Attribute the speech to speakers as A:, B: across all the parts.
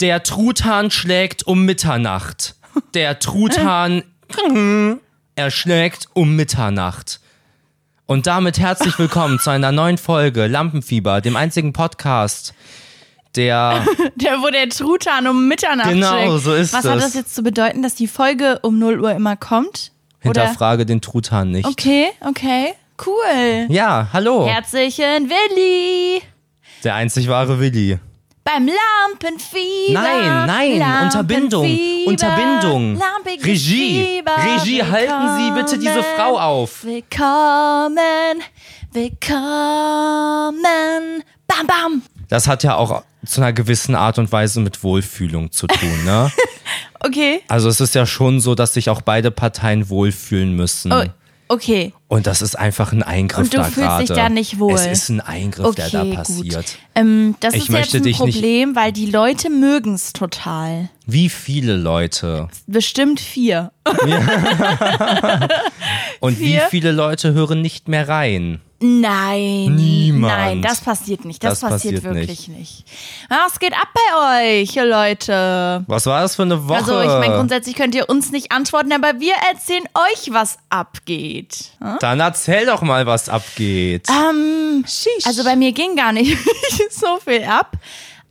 A: Der Truthahn schlägt um Mitternacht. Der Truthahn erschlägt um Mitternacht. Und damit herzlich willkommen zu einer neuen Folge Lampenfieber, dem einzigen Podcast, der
B: Der, wo der Truthahn um Mitternacht
A: Genau,
B: schlägt.
A: so ist
B: Was hat
A: es.
B: das jetzt zu bedeuten, dass die Folge um 0 Uhr immer kommt? Oder?
A: hinterfrage den Truthahn nicht.
B: Okay, okay, cool.
A: Ja, hallo.
B: Herzlichen Willi
A: Der einzig wahre Willi.
B: beim Lampenfieber.
A: Nein, nein, Unterbindung,
B: Lampenfieber,
A: Unterbindung.
B: Lampiges
A: Regie,
B: Fieber.
A: Regie, halten Sie bitte diese
B: Willkommen,
A: Frau auf.
B: Willkommen, willkommen. Bam, bam.
A: Das hat ja auch zu einer gewissen Art und Weise mit Wohlfühlung zu tun, ne?
B: Okay.
A: Also es ist ja schon so, dass sich auch beide Parteien wohlfühlen müssen.
B: Oh, okay.
A: Und das ist einfach ein Eingriff
B: Und du
A: da
B: fühlst
A: gerade.
B: dich da nicht wohl.
A: Es ist ein Eingriff, der da
B: Okay,
A: passiert.
B: Gut. Ähm, das
A: Ich
B: ist
A: möchte
B: jetzt ein
A: dich nicht-
B: Problem, weil die Leute mögen es total.
A: Wie viele Leute
B: Bestimmt vier.
A: und wie
B: Vier?
A: viele Leute hören nicht mehr rein?
B: Nein.
A: Niemand.
B: Nein, das passiert nicht. Das,
A: Das
B: passiert,
A: passiert
B: wirklich nicht. Was geht ab bei euch, ihr Leute?
A: Was war das für eine Woche?
B: Also, ich meine, grundsätzlich könnt ihr uns nicht antworten, aber wir erzählen euch, was abgeht. Hm?
A: Dann erzähl doch mal, was abgeht.
B: Ähm, also bei mir ging gar nicht so viel ab.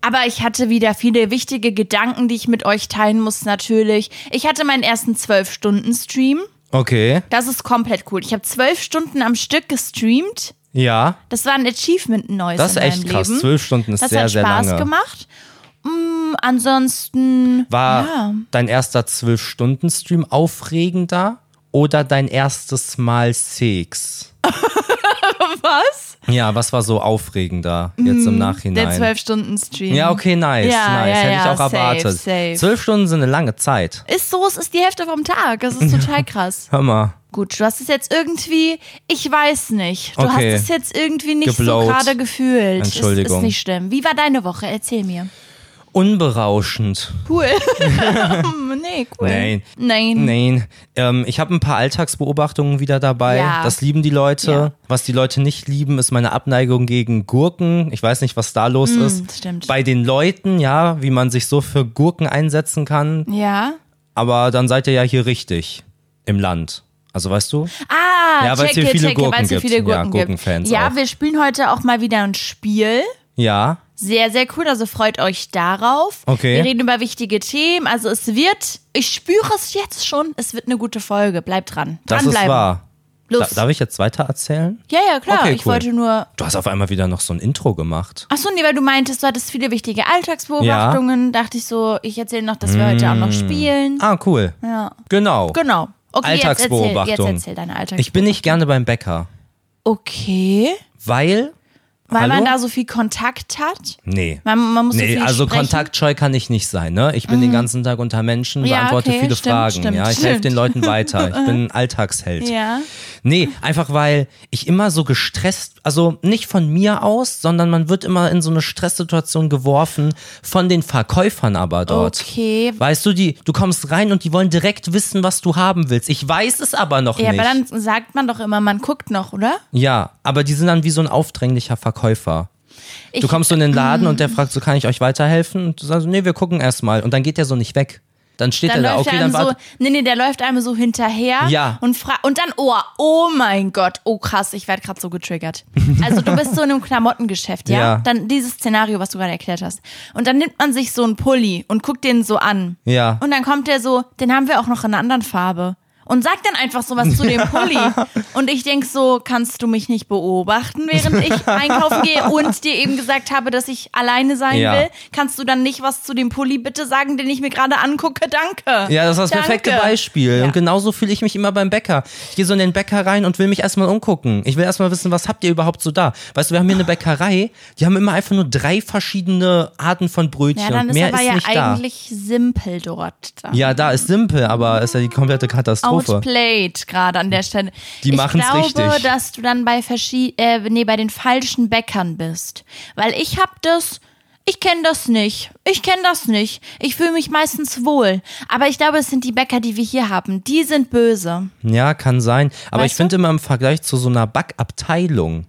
B: Aber ich hatte wieder viele wichtige Gedanken, die ich mit euch teilen muss, natürlich. Ich hatte meinen ersten 12-Stunden-Stream.
A: Okay,
B: Das ist komplett cool. Ich habe zwölf Stunden am Stück gestreamt.
A: ja,
B: Das war ein Achievement ein neues
A: das ist
B: in meinem
A: echt krass.
B: Leben.
A: Zwölf Stunden ist
B: das
A: sehr,
B: hat
A: sehr
B: Spaß
A: lange.
B: gemacht. Mm, ansonsten
A: War
B: Ja.
A: dein erster zwölf Stunden Stream aufregender oder dein erstes Mal Six?
B: was? Mm,
A: Ja, was war so aufregender jetzt im Nachhinein?
B: Der zwölf Stunden Stream.
A: Ja, okay, nice,
B: Ja,
A: nice.
B: ja,
A: Hätte
B: ja,
A: ich auch
B: safe,
A: erwartet.
B: safe.
A: Zwölf Stunden sind eine lange Zeit.
B: Ist so, es ist die Hälfte vom Tag. Das ist total krass.
A: Hör mal.
B: Gut, du hast es jetzt irgendwie, ich weiß nicht. Du
A: Okay.
B: hast es jetzt irgendwie nicht
A: Geblowt.
B: so gerade gefühlt. Ist,
A: Entschuldigung.
B: ist nicht schlimm. Wie war deine Woche? Erzähl mir.
A: Unberauschend.
B: Cool. Hm, nee, cool.
A: Nein.
B: Nein.
A: Nein. Ähm, ich habe ein paar Alltagsbeobachtungen wieder dabei.
B: Ja.
A: Das lieben die Leute.
B: Ja.
A: Was die Leute nicht lieben, ist meine Abneigung gegen Gurken. Ich weiß nicht, was da los ist.
B: Mm, stimmt.
A: Bei den Leuten, ja, wie man sich so für Gurken einsetzen kann.
B: Ja.
A: Aber dann seid ihr ja hier richtig. Im Land. Also weißt du?
B: Ah,
A: Ja, weil's
B: checke,
A: hier viele
B: checke,
A: Gurken
B: weil's hier
A: gibt.
B: viele Gurken
A: Ja,
B: gibt.
A: Gurkenfans
B: Ja,
A: auch.
B: wir spielen heute auch mal wieder ein Spiel.
A: Ja.
B: Sehr, sehr cool. Also freut euch darauf.
A: Okay.
B: Wir reden über wichtige Themen. Also es wird, ich spüre es jetzt schon, es wird eine gute Folge. Bleibt dran.
A: Das ist
B: Dranbleiben.
A: wahr. Da,
B: Los.
A: darf ich jetzt weiter erzählen?
B: ja, ja, klar.
A: Okay,
B: Ich
A: cool.
B: wollte nur.
A: Du hast auf einmal wieder noch so ein Intro gemacht.
B: Achso, nee, weil du meintest, du hattest viele wichtige Alltagsbeobachtungen. Dachte ich so, ich erzähle noch, dass wir heute auch noch spielen.
A: Ah, cool.
B: Ja.
A: Genau.
B: Genau. Okay, jetzt erzähl, jetzt
A: Alltagsbeobachtung.
B: erzähl deine Alltagsbeobachtung.
A: Ich bin nicht gerne beim Bäcker,
B: okay.
A: weil.
B: Weil
A: Hallo?
B: man da so viel Kontakt hat.
A: Nee.
B: Man, man muss so
A: Nee,
B: viel
A: also
B: sprechen. Mhm.
A: kontaktscheu kann ich nicht sein, ne? Ich bin den ganzen Tag unter Menschen,
B: Ja,
A: beantworte
B: okay,
A: viele
B: stimmt,
A: Fragen,
B: stimmt,
A: ja. Ich
B: stimmt.
A: helfe den Leuten weiter. Ich bin ein Alltagsheld.
B: Ja.
A: Nee, einfach weil ich immer so gestresst, also nicht von mir aus, sondern man wird immer in so eine Stresssituation geworfen von den Verkäufern aber dort.
B: Okay.
A: Weißt du, die, du kommst rein und die wollen direkt wissen, was du haben willst. Ich weiß es aber noch
B: Ja,
A: nicht.
B: aber dann sagt man doch immer, man guckt noch, oder?
A: ja, aber die sind dann wie so ein aufdringlicher Verkäufer.
B: Ich,
A: Du kommst so in den Laden und der
B: Mhm.
A: fragt so, kann ich euch weiterhelfen? Und du sagst, so, nee, wir gucken erstmal. Und dann geht der so nicht weg. Dann steht
B: dann
A: er da,
B: läuft
A: okay,
B: er einem
A: dann
B: so,
A: warte.
B: nee, nee, der läuft einem so hinterher
A: Ja.
B: und fra und dann, oh, oh mein Gott, oh krass, ich werde gerade so getriggert. Also du bist so in einem Klamottengeschäft, ja?
A: Ja.
B: Dann dieses Szenario, was du gerade erklärt hast. Und dann nimmt man sich so einen Pulli und guckt den so an.
A: Ja.
B: Und dann kommt der so, den haben wir auch noch in einer anderen Farbe. Und sagt dann einfach sowas zu dem Pulli. Und ich denk so, kannst du mich nicht beobachten, während ich einkaufen gehe und dir eben gesagt habe, dass ich alleine sein
A: Ja.
B: will? Kannst du dann nicht was zu dem Pulli bitte sagen, den ich mir gerade angucke? Danke.
A: Ja, das war das
B: Danke.
A: perfekte Beispiel.
B: Ja.
A: Und genauso fühle ich mich immer beim Bäcker. Ich gehe so in den Bäcker rein und will mich erstmal umgucken. Ich will erstmal wissen, was habt ihr überhaupt so da? Weißt du, wir haben hier eine Bäckerei, die haben immer einfach nur drei verschiedene Arten von Brötchen.
B: Ja, dann
A: und
B: ist
A: mehr
B: aber
A: ist
B: ja
A: nicht da.
B: eigentlich simpel dort. Dann.
A: Ja, da ist simpel, aber ist ja die komplette Katastrophe.
B: Outplayed gerade an der Stelle.
A: Die
B: ich
A: machen's
B: glaube,
A: richtig.
B: dass du dann bei verschi äh, nee, bei den falschen Bäckern bist, weil ich hab das ich kenne das nicht. Ich kenne das nicht. Ich fühle mich meistens wohl. Aber ich glaube, es sind die Bäcker, die wir hier haben. Die sind böse.
A: Ja, kann sein. Aber
B: Weißt
A: ich finde immer im Vergleich zu so einer Backabteilung,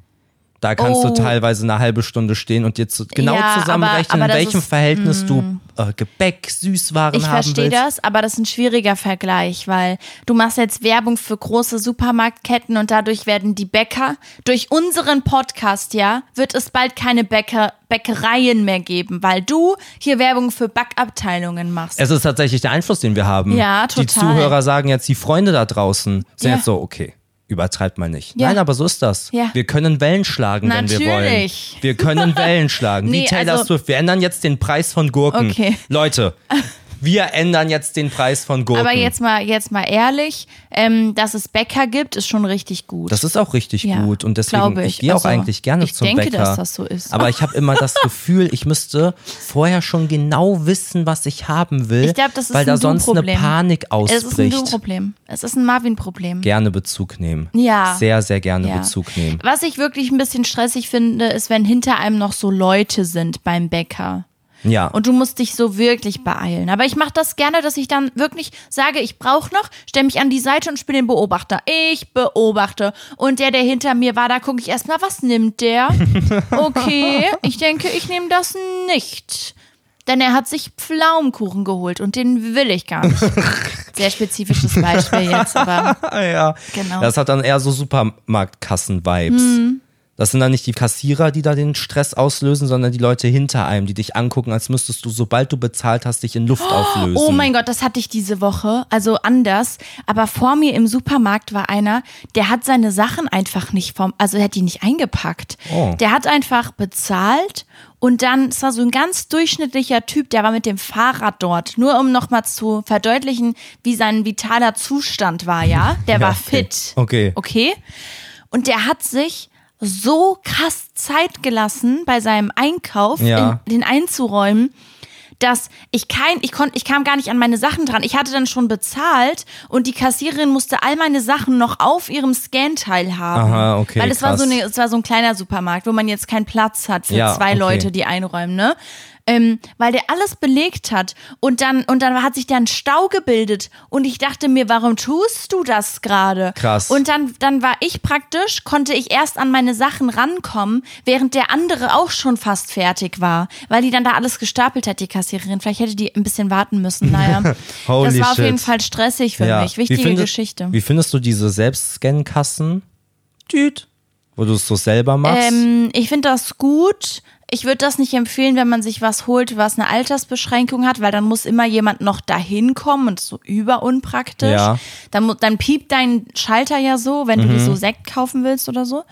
A: Da kannst
B: Oh.
A: du teilweise eine halbe Stunde stehen und dir zu, genau
B: Ja,
A: zusammenrechnen,
B: aber- aber
A: in
B: das
A: welchem
B: ist- hm.
A: Verhältnis du äh, Gebäck, Süßwaren
B: Ich
A: haben
B: verstehe
A: willst.
B: das, aber das ist ein schwieriger Vergleich, weil du machst jetzt Werbung für große Supermarktketten und dadurch werden die Bäcker, durch unseren Podcast ja, wird es bald keine Bäcker, Bäckereien mehr geben, weil du hier Werbung für Backabteilungen machst.
A: Es ist tatsächlich der Einfluss, den wir haben.
B: Ja,
A: Die
B: total.
A: Zuhörer sagen jetzt, die Freunde da draußen sind
B: Ja.
A: jetzt so, okay, übertreibt mal nicht.
B: Ja.
A: Nein, aber so ist das.
B: Ja.
A: Wir können Wellen schlagen, wenn wir wollen.
B: Natürlich.
A: Wir können Wellen schlagen. Wie
B: Nee,
A: Taylor
B: also-
A: Swift. Wir ändern jetzt den Preis von Gurken.
B: Okay.
A: Leute, wir ändern jetzt den Preis von Gurken.
B: aber jetzt mal, jetzt mal ehrlich, ähm, dass es Bäcker gibt, ist schon richtig gut.
A: Das ist auch richtig
B: Ja,
A: gut und deswegen
B: glaube
A: ich,
B: ich.
A: gehe auch
B: Also,
A: eigentlich gerne
B: ich
A: zum
B: denke,
A: Bäcker.
B: dass das so ist.
A: Aber ich habe immer das Gefühl, ich müsste vorher schon genau wissen, was ich haben will,
B: Ich glaub, das ist
A: weil da
B: ein
A: sonst eine
B: Du-Problem.
A: Panik
B: es ist ein
A: ausbricht.
B: Du-Problem. Es ist ein Marvin-Problem.
A: gerne Bezug nehmen.
B: Ja.
A: Sehr, sehr gerne
B: Ja.
A: Bezug nehmen.
B: Was ich wirklich ein bisschen stressig finde, ist, wenn hinter einem noch so Leute sind beim Bäcker.
A: Ja.
B: Und du musst dich so wirklich beeilen. Aber ich mache das gerne, dass ich dann wirklich sage, ich brauche noch, stelle mich an die Seite und spiele den Beobachter. Ich beobachte. Und der, der hinter mir war, da gucke ich erstmal, was nimmt der? Okay, ich denke, ich nehme das nicht. Denn er hat sich Pflaumenkuchen geholt und den will ich gar nicht. Sehr spezifisches Beispiel jetzt, aber
A: ja.
B: genau. Mhm.
A: Das hat dann eher so Supermarktkassen-Vibes. Das sind dann nicht die Kassierer, die da den Stress auslösen, sondern die Leute hinter einem, die dich angucken, als müsstest du, sobald du bezahlt hast, dich in Luft auflösen.
B: Oh mein Gott, das hatte ich diese Woche. Also anders. Aber vor mir im Supermarkt war einer, der hat seine Sachen einfach nicht vom, also er hat die nicht eingepackt.
A: Oh.
B: Der hat einfach bezahlt und dann, es war so ein ganz durchschnittlicher Typ, der war mit dem Fahrrad dort. Nur um nochmal zu verdeutlichen, wie sein vitaler Zustand war, ja? Der
A: Ja,
B: war
A: okay.
B: fit.
A: Okay.
B: Okay. Und der hat sich so krass Zeit gelassen bei seinem Einkauf,
A: Ja.
B: in, den einzuräumen, dass ich kein, ich konnte, ich kam gar nicht an meine Sachen dran. Ich hatte dann schon bezahlt und die Kassiererin musste all meine Sachen noch auf ihrem Scan-Teil haben.
A: Aha, okay,
B: Weil es war
A: krass.
B: so eine, es war so ein kleiner Supermarkt, wo man jetzt keinen Platz hat für
A: Ja,
B: zwei
A: okay.
B: Leute, die einräumen, ne? Ähm, weil der alles belegt hat und dann, und dann hat sich da ein Stau gebildet und ich dachte mir, warum tust du das gerade?
A: Krass.
B: Und dann, dann war ich praktisch, konnte ich erst an meine Sachen rankommen, während der andere auch schon fast fertig war, weil die dann da alles gestapelt hat, die Kassiererin. Vielleicht hätte die ein bisschen warten müssen. Naja,
A: Holy
B: das war auf
A: shit.
B: jeden Fall stressig für mich. Wichtige
A: wie findest,
B: Geschichte.
A: Wie findest du diese Selbstscan-Kassen? Tüt. Wo du es so selber machst?
B: Ähm, ich finde das gut. Ich würde das nicht empfehlen, wenn man sich was holt, was eine Altersbeschränkung hat, weil dann muss immer jemand noch dahin kommen und so über unpraktisch.
A: Ja. Mhm.
B: Dann, mu- dann piept dein Schalter ja so, wenn du dir so Sekt kaufen willst oder so.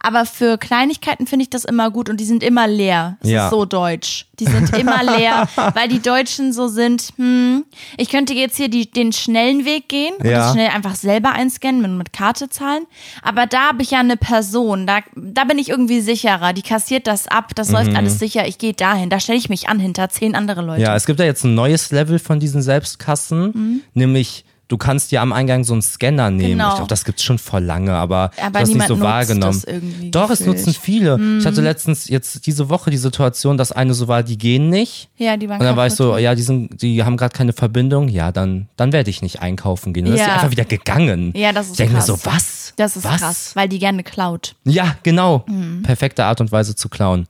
B: Aber für Kleinigkeiten finde ich das immer gut und die sind immer leer. Das
A: Ja.
B: ist so deutsch. Die sind immer leer, weil die Deutschen so sind, hm, ich könnte jetzt hier die, den schnellen Weg gehen und
A: Ja.
B: das schnell einfach selber einscannen und mit Karte zahlen. Aber da habe ich ja eine Person, da, da bin ich irgendwie sicherer. Die kassiert das ab, das läuft alles sicher, ich gehe dahin, da stelle ich mich an hinter zehn andere Leute.
A: Mhm. Ja, es gibt ja jetzt ein neues Level von diesen Selbstkassen, nämlich du kannst dir am Eingang so einen Scanner nehmen.
B: Mhm. Genau.
A: Ich glaube, das gibt's schon vor lange, aber,
B: Aber
A: das ist nicht
B: niemand
A: so
B: nutzt
A: wahrgenommen.
B: das irgendwie
A: Doch, es
B: gefühlt. Mhm.
A: nutzen viele. Ich hatte letztens jetzt diese Woche die Situation, dass eine so war, die gehen nicht.
B: Ja, die waren
A: Und dann war ich so,
B: kaputt.
A: ja, die, sind, die haben gerade keine Verbindung. Ja, dann, dann werde ich nicht einkaufen gehen. Und dann ist
B: Ja.
A: die einfach wieder gegangen.
B: Ja, das
A: ich
B: ist
A: denke mir
B: krass.
A: so, was?
B: Das ist
A: was?
B: krass, weil die gerne klaut.
A: Ja, genau.
B: Mhm.
A: Perfekte Art und Weise zu klauen.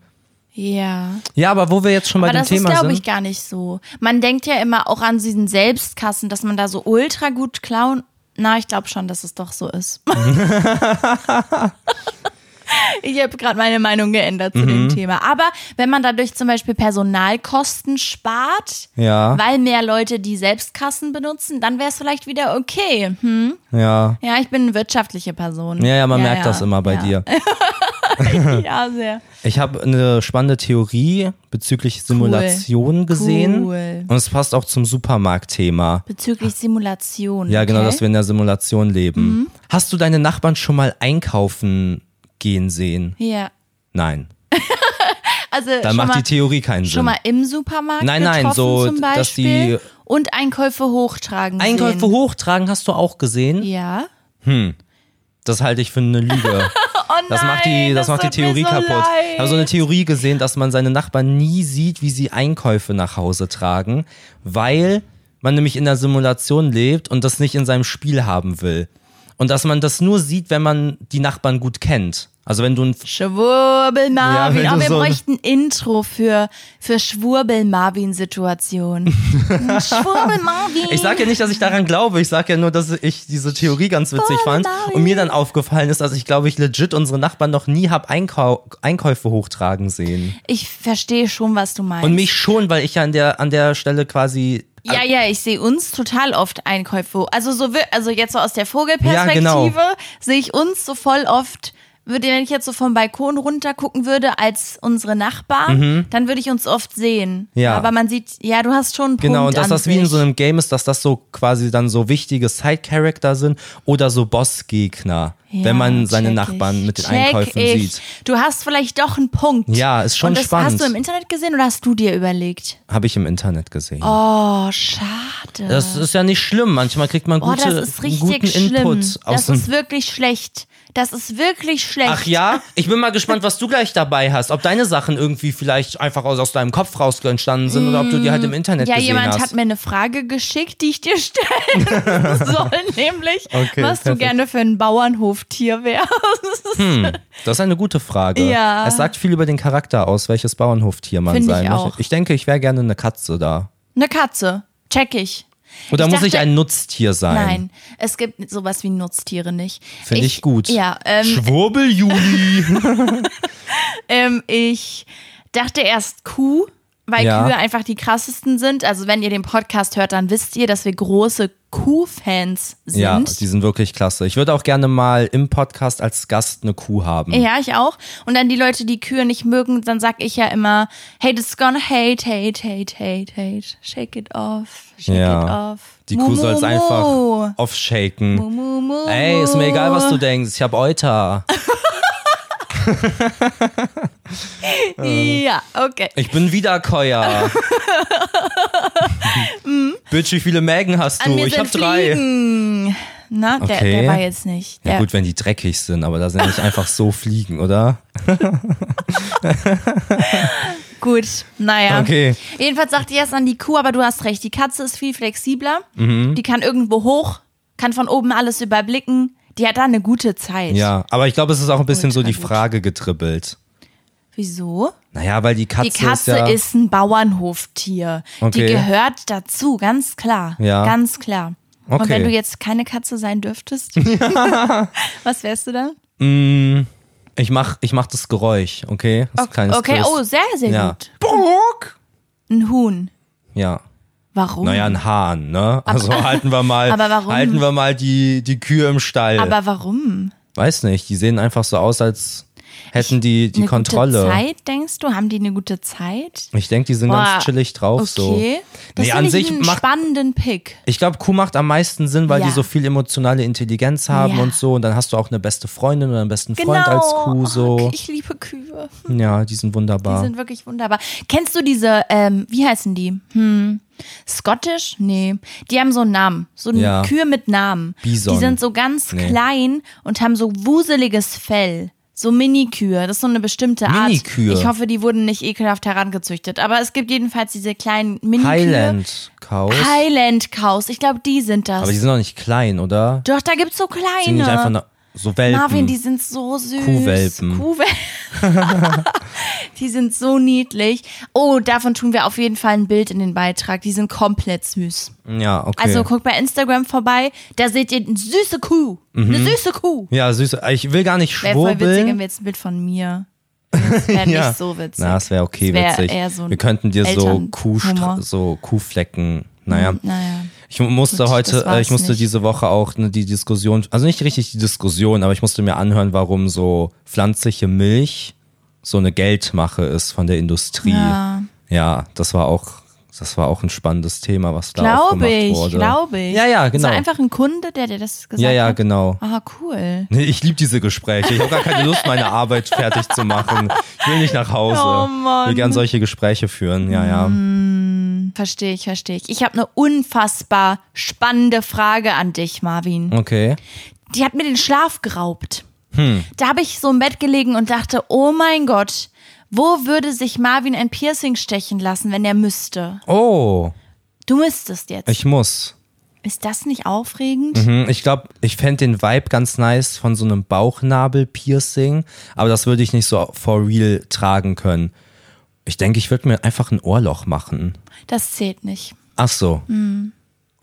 B: Ja.
A: Ja, aber wo wir jetzt schon bei
B: Aber
A: dem
B: das
A: Thema
B: ist, glaube
A: sind.
B: ich, gar nicht so. Man denkt ja immer auch an diesen Selbstkassen, dass man da so ultra gut klauen. Na, ich glaube schon, dass es doch so ist. ich habe gerade meine Meinung geändert zu
A: Mhm.
B: dem Thema. Aber wenn man dadurch zum Beispiel Personalkosten spart,
A: Ja.
B: weil mehr Leute die Selbstkassen benutzen, dann wäre es vielleicht wieder okay. Hm.
A: ja.
B: Ja, ich bin eine wirtschaftliche Person.
A: Ja, ja, man merkt das immer bei
B: ja.
A: dir.
B: Ja, sehr.
A: Ich habe eine spannende Theorie bezüglich Simulation gesehen.
B: Cool.
A: Und es passt auch zum Supermarktthema.
B: Bezüglich Simulation.
A: Ja, genau,
B: okay? Mhm.
A: dass wir in der Simulation leben. Hast du deine Nachbarn schon mal einkaufen gehen sehen?
B: Ja.
A: Nein.
B: Also
A: Dann
B: schon
A: macht
B: mal,
A: die Theorie keinen Sinn.
B: Schon mal im Supermarkt
A: Nein, nein,
B: getroffen
A: so,
B: zum Beispiel
A: dass die-
B: und Einkäufe hochtragen
A: Einkäufe
B: sehen.
A: hochtragen hast du auch gesehen?
B: Ja.
A: Das halte ich für eine Lüge.
B: Oh nein,
A: Das macht die, das macht die
B: tut mir
A: Theorie
B: so
A: kaputt. Also- Ich habe so eine
B: leid.
A: Theorie gesehen, dass man seine Nachbarn nie sieht, wie sie Einkäufe nach Hause tragen, weil man nämlich in der Simulation lebt und das nicht in seinem Spiel haben will. Und dass man das nur sieht, wenn man die Nachbarn gut kennt. Also wenn du ein
B: Schwurbel Marvin.
A: Ja, wenn
B: oh,
A: du
B: wir
A: so-
B: bräuchten Intro für, für Schwurbel Marvin Situationen. Schwurbel Marvin.
A: Ich sage ja nicht, dass ich daran glaube. Ich sage ja nur, dass ich diese Theorie ganz witzig
B: Voll
A: fand
B: nice.
A: und mir dann aufgefallen ist, dass ich glaube, ich legit unsere Nachbarn noch nie habe Einkau Einkäufe hochtragen sehen.
B: ich verstehe schon, was du meinst.
A: Und mich schon, weil ich ja an der an der Stelle quasi
B: ja, ja, ich sehe uns total oft Einkäufe. Also so wir- also jetzt so aus der Vogelperspektive
A: Ja, genau.
B: sehe ich uns so voll oft würde wenn ich jetzt so vom Balkon runter gucken würde als unsere Nachbarn, dann würde ich uns oft sehen.
A: Mhm. Ja.
B: Aber man sieht, ja, du hast schon einen
A: genau
B: Punkt
A: und dass
B: an
A: das wie
B: sich.
A: in so einem Game ist, dass das so quasi dann so wichtige Side Character sind oder so Bossgegner,
B: Ja,
A: wenn man seine
B: check
A: Nachbarn
B: ich.
A: mit den
B: Check
A: Einkäufen
B: ich.
A: sieht.
B: Du hast vielleicht doch einen Punkt.
A: Ja, ist schon
B: Und das
A: spannend.
B: Hast du im Internet gesehen oder hast du dir überlegt?
A: Habe ich im Internet gesehen.
B: Oh, schade.
A: Das ist ja nicht schlimm. Manchmal kriegt man
B: oh,
A: gute,
B: das ist richtig
A: guten
B: schlimm.
A: Input aus
B: das
A: dem
B: ist wirklich schlecht. Das ist wirklich schlecht.
A: Ach ja, ich bin mal gespannt, was du gleich dabei hast. Ob deine Sachen irgendwie vielleicht einfach aus, aus deinem Kopf raus entstanden sind oder ob du die halt im Internet
B: Ja,
A: gesehen
B: jemand
A: hast.
B: hat mir eine Frage geschickt, die ich dir stellen soll, nämlich,
A: Okay,
B: was du
A: perfekt.
B: gerne für ein Bauernhoftier wärst.
A: das ist eine gute Frage.
B: Ja.
A: Es sagt viel über den Charakter aus, welches Bauernhoftier man
B: Finde ich
A: sein
B: auch.
A: möchte. Ich denke, ich wäre gerne eine Katze da.
B: Eine Katze. Check ich.
A: Oder muss ich
B: dachte-
A: ein Nutztier sein?
B: Nein, es gibt sowas wie Nutztiere nicht.
A: Finde ich gut.
B: Ja, ähm,
A: Schwurbel-Juli.
B: Ähm, ich dachte erst Kuh, weil
A: Ja.
B: Kühe einfach die krassesten sind. Also wenn ihr den Podcast hört, dann wisst ihr, dass wir große Kuh-Fans sind.
A: ja, die sind wirklich klasse. Ich würde auch gerne mal im Podcast als Gast eine Kuh haben.
B: Ja, ich auch. Und dann die Leute, die Kühe nicht mögen, dann sag ich ja immer, hey, it's gonna hate, hate, hate, hate, hate. Shake it off, shake
A: Ja.
B: it off.
A: Die
B: Mu,
A: Kuh
B: mu,
A: soll es
B: mu.
A: einfach offshaken.
B: Mu, mu, mu,
A: Ey, ist mir egal, was du denkst. Ich hab Euter.
B: mu. Ja, okay.
A: Ich bin Wiederkäuer. Bitch, wie viele Mägen hast
B: An
A: du?
B: mir
A: Ich
B: sind
A: hab drei.
B: Fliegen. Na, der,
A: Okay.
B: der war jetzt nicht. Der,
A: Ja gut, wenn die dreckig sind, aber da sind ja nicht einfach so Fliegen, oder?
B: Gut, naja.
A: Okay.
B: Jedenfalls sagt ihr erst an die Kuh, aber du hast recht. Die Katze ist viel flexibler.
A: Mhm.
B: Die kann irgendwo hoch, kann von oben alles überblicken. Die hat da eine gute Zeit.
A: Ja, aber ich glaube, es ist auch ein bisschen so
B: Ultra
A: die
B: gut.
A: Frage getribbelt.
B: Wieso?
A: Naja, weil die Katze,
B: Die Katze
A: ist ja...
B: ist ein Bauernhoftier.
A: Okay.
B: Die gehört dazu, ganz klar.
A: Ja.
B: Ganz klar. Und
A: Okay.
B: wenn du jetzt keine Katze sein dürftest, was wärst du dann?
A: ich, mach, ich mach das Geräusch, okay? Das ist ein kleines
B: okay,
A: Twist.
B: oh, sehr, sehr
A: ja.
B: gut. Ein Huhn.
A: Ja.
B: Warum?
A: Naja, ein Hahn, ne? Also halten wir mal,
B: uh. Aber warum?
A: halten wir mal die, die Kühe im Stall.
B: aber warum?
A: Weiß nicht, die sehen einfach so aus, als hätten die die
B: eine
A: Kontrolle.
B: Gute Zeit, denkst du? Haben die eine gute Zeit?
A: Ich denke, die sind
B: Boah,
A: ganz chillig drauf so.
B: Okay. Das
A: Nee,
B: finde
A: an
B: ich
A: sich
B: einen
A: macht-
B: spannenden Pick.
A: Ich glaube, Kuh macht am meisten Sinn, weil
B: Ja.
A: die so viel emotionale Intelligenz haben
B: Ja.
A: und so. Und dann hast du auch eine beste Freundin oder einen besten
B: Genau.
A: Freund als Kuh so.
B: Oh, ich liebe Kühe.
A: Ja, die sind
B: Die
A: wunderbar.
B: sind wirklich wunderbar. Kennst du diese, ähm, wie heißen die? Hm. Scottish? Nee. Die haben so einen Namen. So eine
A: Ja.
B: Kühe mit Namen.
A: Bison.
B: Die sind so ganz
A: Nee.
B: klein und haben so wuseliges Fell. So Mini-Kühe, das ist so eine bestimmte Art.
A: Mini-Kühe.
B: Ich hoffe, die wurden nicht ekelhaft herangezüchtet. Aber es gibt jedenfalls diese kleinen Mini-Kühe.
A: Highland Cows.
B: Highland Cows. Ich glaube, die sind das.
A: Aber die sind noch nicht klein, oder?
B: Doch, da gibt's so kleine.
A: Sind die nicht einfach na- so Welpen.
B: Marvin, die sind so süß.
A: Kuhwelpen.
B: Kuhwel- die sind so niedlich. Oh, davon tun wir auf jeden Fall ein Bild in den Beitrag. Die sind komplett süß.
A: ja, okay.
B: Also guckt bei Instagram vorbei. Da seht ihr eine süße Kuh.
A: Mhm.
B: Eine süße Kuh.
A: ja, süß. Ich will gar nicht
B: Wäre voll witzig, wenn
A: schwurbeln.
B: wir jetzt ein Bild von mir. Das wäre
A: Ja.
B: nicht so witzig.
A: Na, das wäre okay
B: Das wär
A: witzig.
B: eher so ein
A: wir könnten dir so,
B: Elternhumor.
A: Kuhstra so Kuhflecken, naja.
B: Naja.
A: Ich musste
B: Gut, das
A: heute,
B: war's
A: äh, ich musste
B: nicht.
A: diese Woche auch ne, die Diskussion, also nicht richtig die Diskussion, aber ich musste mir anhören, warum so pflanzliche Milch so eine Geldmache ist von der Industrie.
B: Ja.
A: Ja, das war auch, das war auch ein spannendes Thema, was da
B: Glaube
A: aufgemacht
B: ich,
A: wurde.
B: glaube ich.
A: Ja, ja, genau.
B: Das war einfach ein Kunde, der dir das gesagt
A: ja, ja,
B: hat.
A: genau.
B: Ah, cool.
A: Nee, Ich liebe diese Gespräche. Ich habe gar keine Lust, meine Arbeit fertig zu machen. Ich will nicht nach Hause.
B: Oh, Mann. Mhm.
A: Ich will gern solche Gespräche führen. Ja, ja.
B: Verstehe ich, verstehe ich. Ich habe eine unfassbar spannende Frage an dich, Marvin.
A: Okay.
B: Die hat mir den Schlaf geraubt.
A: Hm.
B: Da habe ich so im Bett gelegen und dachte, oh mein Gott, wo würde sich Marvin ein Piercing stechen lassen, wenn er müsste?
A: Oh,
B: Du müsstest jetzt.
A: ich muss.
B: Ist das nicht aufregend?
A: Hm, Ich glaube, ich fände den Vibe ganz nice von so einem Bauchnabel-Piercing, aber das würde ich nicht so for real tragen können. Ich denke, ich würde mir einfach ein Ohrloch machen.
B: Das zählt nicht.
A: Ach so.
B: Mhm.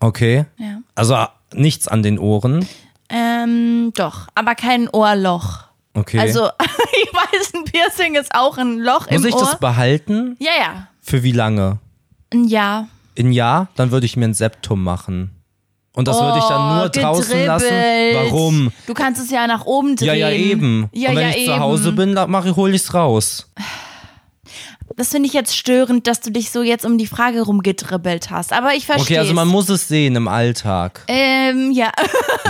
A: Okay.
B: Ja.
A: Also ah, nichts an den Ohren.
B: Ähm, doch, aber kein Ohrloch.
A: Okay.
B: Also, ich weiß, ein Piercing ist auch ein Loch im
A: Muss ich
B: Ohr.
A: das behalten?
B: ja, ja.
A: Für wie lange?
B: Ein Jahr.
A: Ein Jahr? Dann würde ich mir ein Septum machen. Und das würde ich dann nur draußen lassen.
B: Oh, gedribbelt.
A: Warum?
B: Du kannst es ja nach oben drehen.
A: Ja, ja, eben.
B: Ja,
A: Und wenn
B: ja,
A: ich
B: eben.
A: zu Hause bin, la- mache ich, hole ich es raus.
B: Das finde ich jetzt störend, dass du dich so jetzt um die Frage rumgedribbelt hast. Aber ich verstehe.
A: Okay, also man muss es sehen im Alltag.
B: Ähm, ja.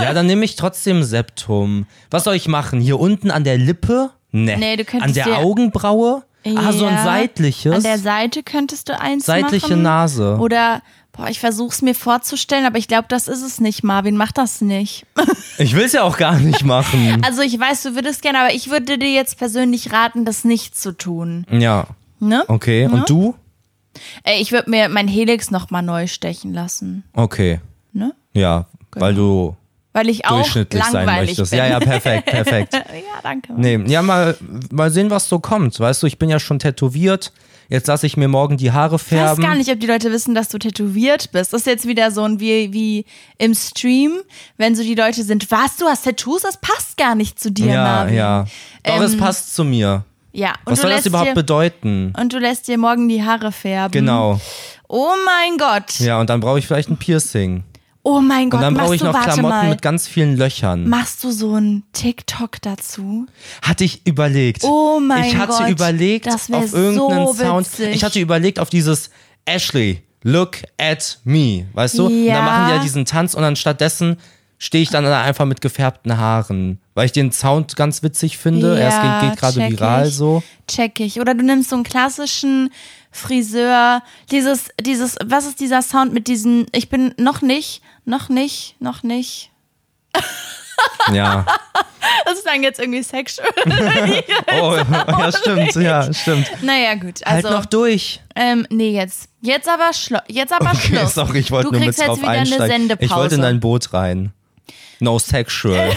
A: Ja, dann nehme ich trotzdem Septum. Was soll ich machen? Hier unten an der Lippe? Nee.
B: Nee, du könntest
A: an der
B: dir-
A: Augenbraue? Ah, so ein
B: Ja.
A: seitliches.
B: An der Seite könntest du eins
A: Seitliche
B: machen. Oh.
A: Nase.
B: Oder, boah, ich versuche es mir vorzustellen, aber ich glaube, das ist es nicht. Marvin, mach das nicht.
A: ich will es ja auch gar nicht machen.
B: Also ich weiß, du würdest gerne, aber ich würde dir jetzt persönlich raten, das nicht zu tun.
A: ja,
B: Ne?
A: okay.
B: Ne?
A: Und du?
B: Ey, ich würde mir mein Helix nochmal neu stechen lassen.
A: Okay.
B: Ne?
A: Ja, weil du
B: Weil ich Genau. auch
A: durchschnittlich sein
B: langweilig
A: möchtest.
B: bin.
A: Ja, ja, perfekt, perfekt.
B: ja, danke.
A: Nee, ja, mal, mal sehen, was so kommt. Weißt du, ich bin ja schon tätowiert. Jetzt lasse ich mir morgen die Haare
B: Ich weiß
A: färben.
B: gar nicht, ob die Leute wissen, dass du tätowiert bist. Das ist jetzt wieder so ein wie, wie im Stream, wenn so die Leute sind, was, du hast Tattoos? Das passt gar nicht zu dir,
A: Ja,
B: Marvin.
A: ja. Doch, es passt zu mir.
B: Ja, und
A: Was
B: du
A: soll
B: lässt
A: das überhaupt
B: dir,
A: bedeuten?
B: Und du lässt dir morgen die Haare färben.
A: Genau.
B: Oh mein Gott.
A: Ja, und dann brauche ich vielleicht ein Piercing.
B: Oh mein Gott,
A: und dann
B: machst
A: brauche ich
B: du,
A: noch
B: warte
A: Klamotten
B: mal.
A: mit ganz vielen Löchern.
B: Machst du so ein TikTok dazu?
A: Hatte ich überlegt.
B: Oh mein
A: Ich hatte
B: Gott,
A: überlegt
B: das wär
A: auf irgendeinen
B: so
A: Sound.
B: witzig.
A: Ich hatte überlegt auf dieses Ashley, look at me, weißt du? Und
B: Ja.
A: dann machen die ja diesen Tanz und dann stattdessen stehe ich dann da einfach mit gefärbten Haaren, weil ich den Sound ganz witzig finde. er
B: Ja,
A: geht, geht gerade
B: check
A: viral
B: ich.
A: so.
B: Check ich. Oder du nimmst so einen klassischen Friseur, dieses, dieses, was ist dieser Sound mit diesen, ich bin noch nicht, noch nicht, noch nicht.
A: Ja.
B: Das klang jetzt irgendwie sexual.
A: Oh, ja, stimmt, ja, stimmt.
B: naja, gut.
A: Halt
B: Also,
A: noch durch.
B: ähm, nee, jetzt. Jetzt aber, Schlu jetzt aber
A: Okay,
B: Schluss.
A: sorry, ich wollte
B: du
A: nur mit
B: kriegst jetzt
A: drauf
B: wieder
A: einsteigen.
B: eine Sendepause.
A: Ich wollte in dein Boot rein. No sexual.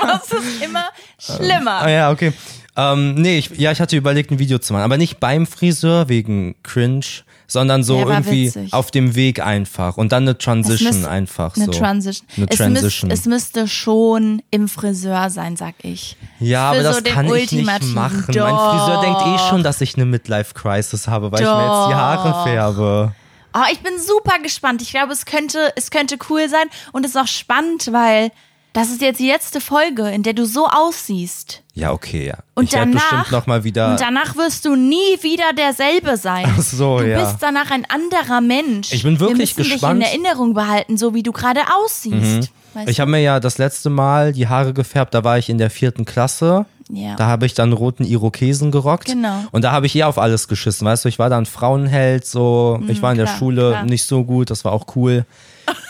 B: das ist immer schlimmer.
A: Ah ja, okay. Ähm, nee, ich, ja, ich hatte überlegt, ein Video zu machen. Aber nicht beim Friseur wegen Cringe, sondern so
B: Der war
A: irgendwie
B: witzig.
A: auf dem Weg einfach. Und dann eine Transition
B: Es müß-
A: einfach.
B: Eine
A: so.
B: Transition.
A: Eine
B: es,
A: Transition.
B: Müß, es müsste schon im Friseur sein, sag ich.
A: ja, aber
B: Für so
A: das
B: den
A: kann ich nicht
B: ultimativen-
A: machen.
B: Doch.
A: Mein Friseur denkt eh schon, dass ich eine Midlife-Crisis habe, weil ich mir jetzt die Haare färbe.
B: Oh, ich bin super gespannt. Ich glaube, es könnte, es könnte cool sein und es ist auch spannend, weil das ist jetzt die letzte Folge, in der du so aussiehst.
A: Ja, okay, ja.
B: Und
A: ich werd
B: danach-
A: bestimmt nochmal
B: Und
A: wieder.
B: danach wirst du nie wieder derselbe sein.
A: Äh. Ach so,
B: du
A: ja.
B: bist danach ein anderer Mensch.
A: Ich bin wirklich
B: Wir müssen
A: gespannt. Mhm.
B: dich in Erinnerung behalten, so wie du gerade aussiehst. Weißt
A: Ich habe mir ja das letzte Mal die Haare gefärbt, da war ich in der vierten Klasse.
B: du? ja.
A: Da habe ich dann roten Irokesen gerockt.
B: Genau.
A: Und da habe ich eh auf alles geschissen. Weißt du, ich war dann Frauenheld, so. ich war in der
B: Mhm, klar,
A: Schule
B: klar.
A: nicht so gut, das war auch cool.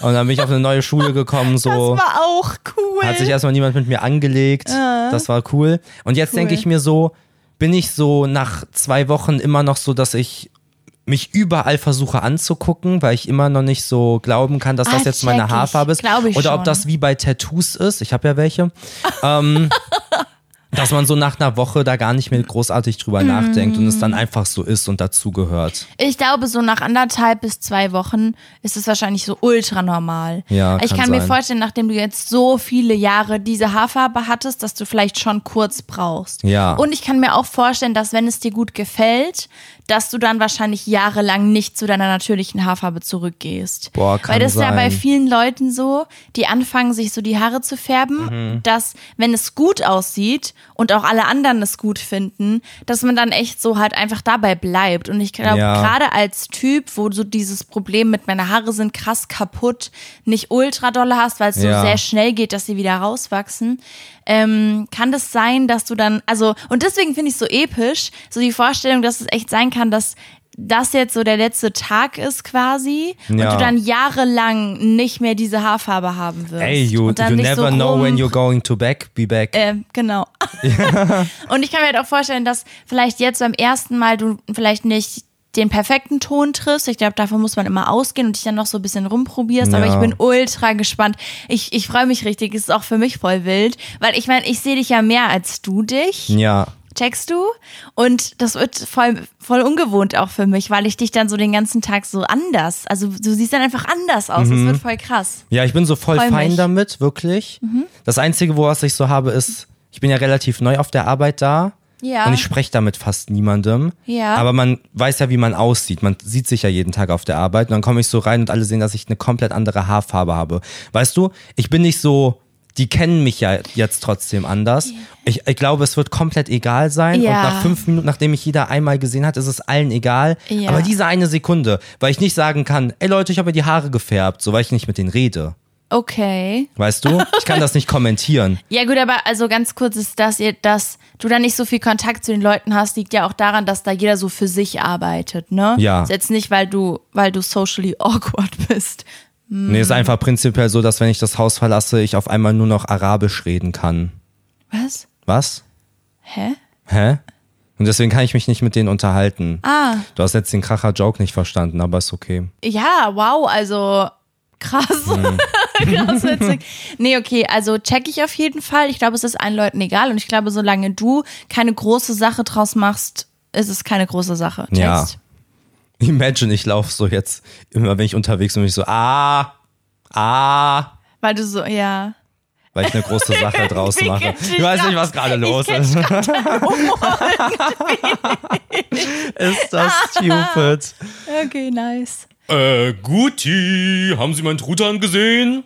A: Und dann bin ich auf eine neue Schule gekommen,
B: das
A: so.
B: war auch cool.
A: Hat sich erstmal niemand mit mir angelegt. Das war cool. Und jetzt denke ich mir so, bin ich so nach zwei Wochen immer noch so, dass ich mich überall versuche anzugucken, weil ich immer noch nicht so glauben kann, dass
B: Ah,
A: das jetzt
B: check
A: meine
B: ich.
A: Haarfarbe ist.
B: Glaub ich
A: Oder
B: schon.
A: ob das wie bei Tattoos ist. Ich habe ja welche. ähm, dass man so nach einer Woche da gar nicht mehr großartig drüber
B: Mhm.
A: nachdenkt und es dann einfach so ist und dazugehört.
B: Ich glaube, so nach anderthalb bis zwei Wochen ist es wahrscheinlich so ultra normal.
A: Ja,
B: ich
A: kann
B: kann mir
A: sein.
B: vorstellen, nachdem du jetzt so viele Jahre diese Haarfarbe hattest, dass du vielleicht schon kurz brauchst.
A: Ja.
B: Und ich kann mir auch vorstellen, dass wenn es dir gut gefällt, dass du dann wahrscheinlich jahrelang nicht zu deiner natürlichen Haarfarbe zurückgehst.
A: Boah, kann
B: Weil das ist ja bei
A: sein.
B: vielen Leuten so, die anfangen, sich so die Haare zu
A: Mhm.
B: färben, dass, wenn es gut aussieht und auch alle anderen es gut finden, dass man dann echt so halt einfach dabei bleibt. Und ich glaube,
A: Ja.
B: gerade als Typ, wo du dieses Problem mit meine Haare sind krass kaputt, nicht ultra dolle hast, weil es
A: Ja.
B: so sehr schnell geht, dass sie wieder rauswachsen, ähm, kann das sein, dass du dann, also, und deswegen finde ich es so episch, so die Vorstellung, dass es echt sein kann, dass das jetzt so der letzte Tag ist quasi und
A: Ja.
B: du dann jahrelang nicht mehr diese Haarfarbe haben wirst.
A: Ey, you,
B: und dann
A: you
B: dich
A: never
B: so
A: know
B: rum,
A: when you're going to back, be back.
B: äh, genau. und ich kann mir halt auch vorstellen, dass vielleicht jetzt beim ersten Mal du vielleicht nicht den perfekten Ton triffst. Ich glaube, davon muss man immer ausgehen und dich dann noch so ein bisschen rumprobierst. Aber
A: Ja.
B: ich bin ultra gespannt. Ich, ich freue mich richtig. Es ist auch für mich voll wild. Weil ich meine, ich sehe dich ja mehr als du dich.
A: Ja.
B: Checkst du? Und das wird voll, voll ungewohnt auch für mich, weil ich dich dann so den ganzen Tag so anders. Also du siehst dann einfach anders aus.
A: Mhm.
B: Das wird voll krass.
A: Ja, ich bin so voll
B: Freu
A: fein
B: mich. Mhm.
A: damit, wirklich. Das Einzige, wo was ich so habe, ist, ich bin ja relativ neu auf der Arbeit da.
B: Ja.
A: Und ich spreche damit fast niemandem.
B: Ja.
A: Aber man weiß ja, wie man aussieht. Man sieht sich ja jeden Tag auf der Arbeit. Und dann komme ich so rein und alle sehen, dass ich eine komplett andere Haarfarbe habe. Weißt du, ich bin nicht so. Die kennen mich ja jetzt trotzdem anders. Ich, ich glaube, es wird komplett egal sein. Und
B: Ja.
A: nach fünf Minuten, nachdem mich jeder einmal gesehen hat, ist es allen egal.
B: Ja.
A: Aber diese eine Sekunde, weil ich nicht sagen kann, ey Leute, ich habe mir die Haare gefärbt, so weil ich nicht mit denen rede.
B: Okay.
A: Weißt du? Ich kann das nicht kommentieren.
B: Ja, gut, aber also ganz kurz ist das, ihr- dass du da nicht so viel Kontakt zu den Leuten hast, liegt ja auch daran, dass da jeder so für sich arbeitet, ne?
A: Ja.
B: Ist jetzt nicht, weil du, weil du socially awkward bist. Hm.
A: Nee, ist einfach prinzipiell so, dass wenn ich das Haus verlasse, ich auf einmal nur noch Arabisch reden kann.
B: Was?
A: Was?
B: Hä?
A: Hä? Und deswegen kann ich mich nicht mit denen unterhalten. Ah. Du hast jetzt den Kracher-Joke nicht verstanden, aber ist okay.
B: Ja, wow, also krass.
A: Mhm.
B: krass witzig. Nee, okay, also check ich auf jeden Fall. Ich glaube, es ist allen Leuten egal und ich glaube, solange du keine große Sache draus machst, ist es keine große Sache.
A: Ja.
B: Checkst?
A: Imagine, ich laufe so jetzt, immer wenn ich unterwegs bin, bin ich so, ah, ah,
B: Weil du so, ja.
A: weil ich eine große Sache draus
B: Wie
A: mache.
B: catchy
A: Ich weiß nicht,
B: grad-
A: was gerade
B: ich
A: los
B: catch
A: ist. ist das stupid?
B: Okay, nice.
A: Äh, Guti, haben Sie meinen Truthahn gesehen?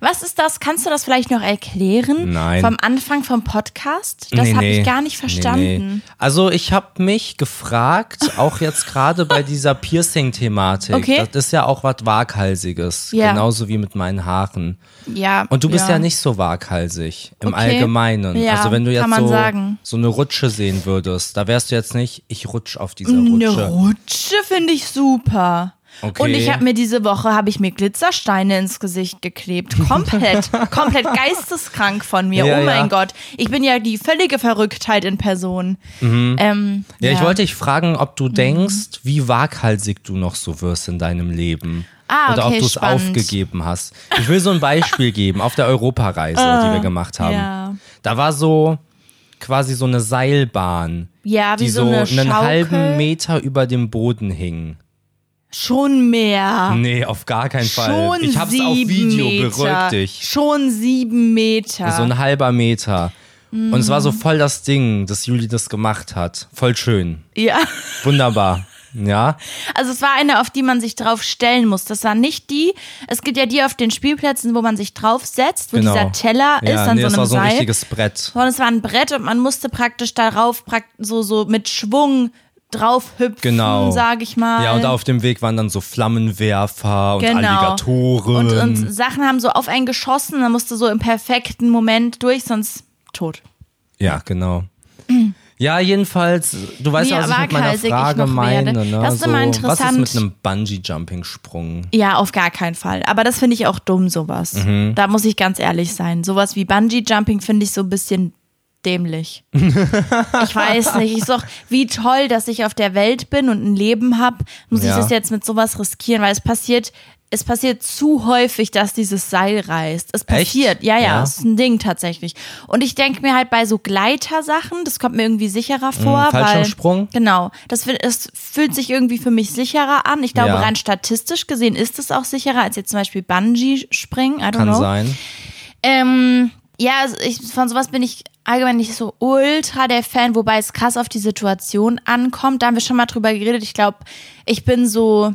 B: Was ist das? Kannst du das vielleicht noch erklären?
A: Nein.
B: Vom Anfang vom Podcast? Das
A: Nee,
B: habe
A: nee.
B: ich gar nicht
A: Nee,
B: verstanden.
A: nee. Also ich habe mich gefragt, auch jetzt gerade bei dieser Piercing-Thematik,
B: Okay.
A: das ist ja auch was Waghalsiges,
B: Ja.
A: genauso wie mit meinen Haaren.
B: Ja.
A: Und du bist ja, nicht so waghalsig im
B: Okay.
A: Allgemeinen.
B: Ja,
A: also wenn du jetzt
B: kann man
A: so,
B: sagen.
A: so eine Rutsche sehen würdest, da wärst du jetzt nicht, ich rutsch auf dieser
B: Eine
A: Rutsche.
B: Rutsche finde ich super.
A: Okay.
B: Und ich habe mir diese Woche habe ich mir Glitzersteine ins Gesicht geklebt. Komplett, komplett geisteskrank von mir.
A: Ja,
B: oh mein
A: ja.
B: Gott, ich bin ja die völlige Verrücktheit in Person. Ähm,
A: Mhm. ja, ich wollte dich fragen, ob
B: Mhm.
A: du denkst, wie waghalsig du noch so wirst in deinem Leben.
B: Ah,
A: Oder
B: okay,
A: ob du es
B: spannend.
A: aufgegeben hast. Ich will so ein Beispiel geben auf der Europareise, die wir gemacht haben.
B: Ah, ja.
A: Da war so quasi so eine Seilbahn,
B: ja, wie
A: die
B: so,
A: so,
B: eine
A: einen halben
B: Schaukel.
A: Meter über dem Boden hing.
B: Schon mehr.
A: Nee, auf gar keinen Fall.
B: Schon
A: ich hab's
B: sieben
A: auf Video,
B: Meter.
A: beruhig dich. Also
B: Schon sieben Meter.
A: So ein halber Meter. Und es war so voll das Ding, dass Juli das gemacht hat. Voll schön.
B: ja.
A: Wunderbar. Ja.
B: Also es war eine, auf die man sich drauf stellen muss. Das war nicht die. Es gibt ja die auf den Spielplätzen, wo man sich draufsetzt, wo
A: Genau.
B: dieser Teller
A: ja,
B: ist an
A: nee, das
B: so
A: war
B: einem
A: so ein
B: Seil.
A: richtiges Brett.
B: Sondern es war ein Brett und man musste praktisch darauf prakt so so mit Schwung draufhüpfen,
A: Genau.
B: sag ich mal.
A: Ja, und auf dem Weg waren dann so Flammenwerfer und
B: Genau.
A: Alligatoren.
B: und, und Sachen haben so auf einen geschossen, man musste so im perfekten Moment durch, sonst tot.
A: Ja, genau. Ja, jedenfalls, du weißt
B: Nee,
A: ja, was ich mit meiner
B: waghalsig ich
A: Frage
B: noch werde.
A: meine. Ne?
B: Das ist immer
A: so, was ist
B: interessant.
A: mit einem Bungee-Jumping-Sprung?
B: Ja, auf gar keinen Fall. Aber das finde ich auch dumm, sowas.
A: Mhm.
B: Da muss ich ganz ehrlich sein. Sowas wie Bungee-Jumping finde ich so ein bisschen dämlich. ich weiß nicht. Ich sag, wie toll, dass ich auf der Welt bin und ein Leben habe, muss ich
A: Ja.
B: das jetzt mit sowas riskieren, weil es passiert. Es passiert zu häufig, dass dieses Seil reißt. Es
A: Echt?
B: passiert, ja, ja,
A: Ja.
B: ist ein Ding tatsächlich. Und ich denke mir halt bei so Gleitersachen, das kommt mir irgendwie sicherer vor.
A: Mhm, Fallschirmsprung?
B: Weil, genau, das, wird- es fühlt sich irgendwie für mich sicherer an. Ich glaube,
A: Ja.
B: rein statistisch gesehen ist es auch sicherer als jetzt zum Beispiel Bungee-Springen. I don't
A: Kann
B: know.
A: sein.
B: Ähm, ja, also ich, von sowas bin ich allgemein nicht so ultra der Fan, wobei es krass auf die Situation ankommt. Da haben wir schon mal drüber geredet. Ich glaube, ich bin so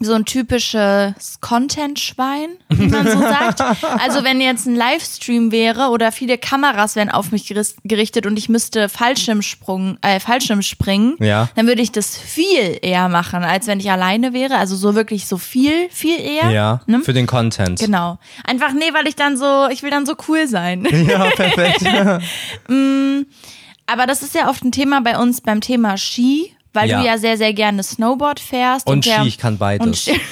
B: so ein typisches Content-Schwein, wie man so sagt. Also wenn jetzt ein Livestream wäre oder viele Kameras wären auf mich geris- gerichtet und ich müsste Fallschirmsprung, äh, Fallschirm springen,
A: Ja.
B: dann würde ich das viel eher machen, als wenn ich alleine wäre. Also so wirklich so viel, viel eher.
A: Ja, für den Content.
B: Ne? Genau. Einfach, nee, weil ich dann so, ich will dann so cool sein.
A: Ja, perfekt.
B: Aber das ist ja oft ein Thema bei uns beim Thema Ski, weil
A: Ja.
B: du ja sehr, sehr gerne Snowboard fährst.
A: Und
B: der-
A: Ski, ich kann beides.
B: und Ski-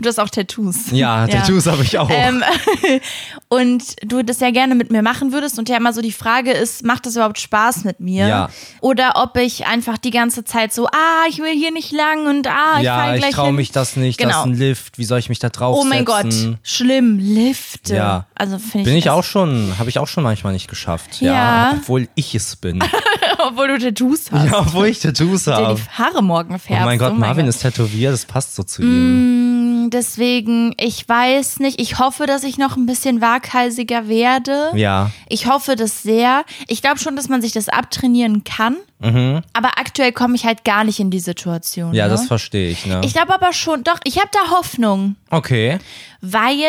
B: Du hast auch Tattoos.
A: Ja, Tattoos habe ich auch.
B: Ähm, und du das ja gerne mit mir machen würdest und ja immer so die Frage ist, macht das überhaupt Spaß mit mir?
A: Ja.
B: Oder ob ich einfach die ganze Zeit so, ah, ich will hier nicht lang und ah, ich
A: ja,
B: fall
A: ich
B: gleich
A: traue
B: hin.
A: mich das nicht. Das
B: Genau.
A: ist ein Lift. Wie soll ich mich da drauf
B: Oh mein Gott, schlimm, Lifte.
A: Ja.
B: Also finde ich
A: Bin ich
B: das-
A: auch schon, habe ich auch schon manchmal nicht geschafft.
B: Ja.
A: Obwohl ich es bin.
B: obwohl du Tattoos hast.
A: ja, obwohl ich Tattoos
B: Dir
A: habe.
B: die Haare morgen
A: Oh
B: färbst.
A: mein Gott, Marvin ist tätowiert, das passt so zu ihm.
B: Deswegen, ich weiß nicht, ich hoffe, dass ich noch ein bisschen waghalsiger werde.
A: Ja.
B: Ich hoffe das sehr. Ich glaube schon, dass man sich das abtrainieren kann. Aber aktuell komme ich halt gar nicht in die Situation.
A: Mhm. Ja,
B: ne?
A: das verstehe ich, ne?
B: Ich glaube aber schon, doch, ich habe da Hoffnung,
A: okay.
B: weil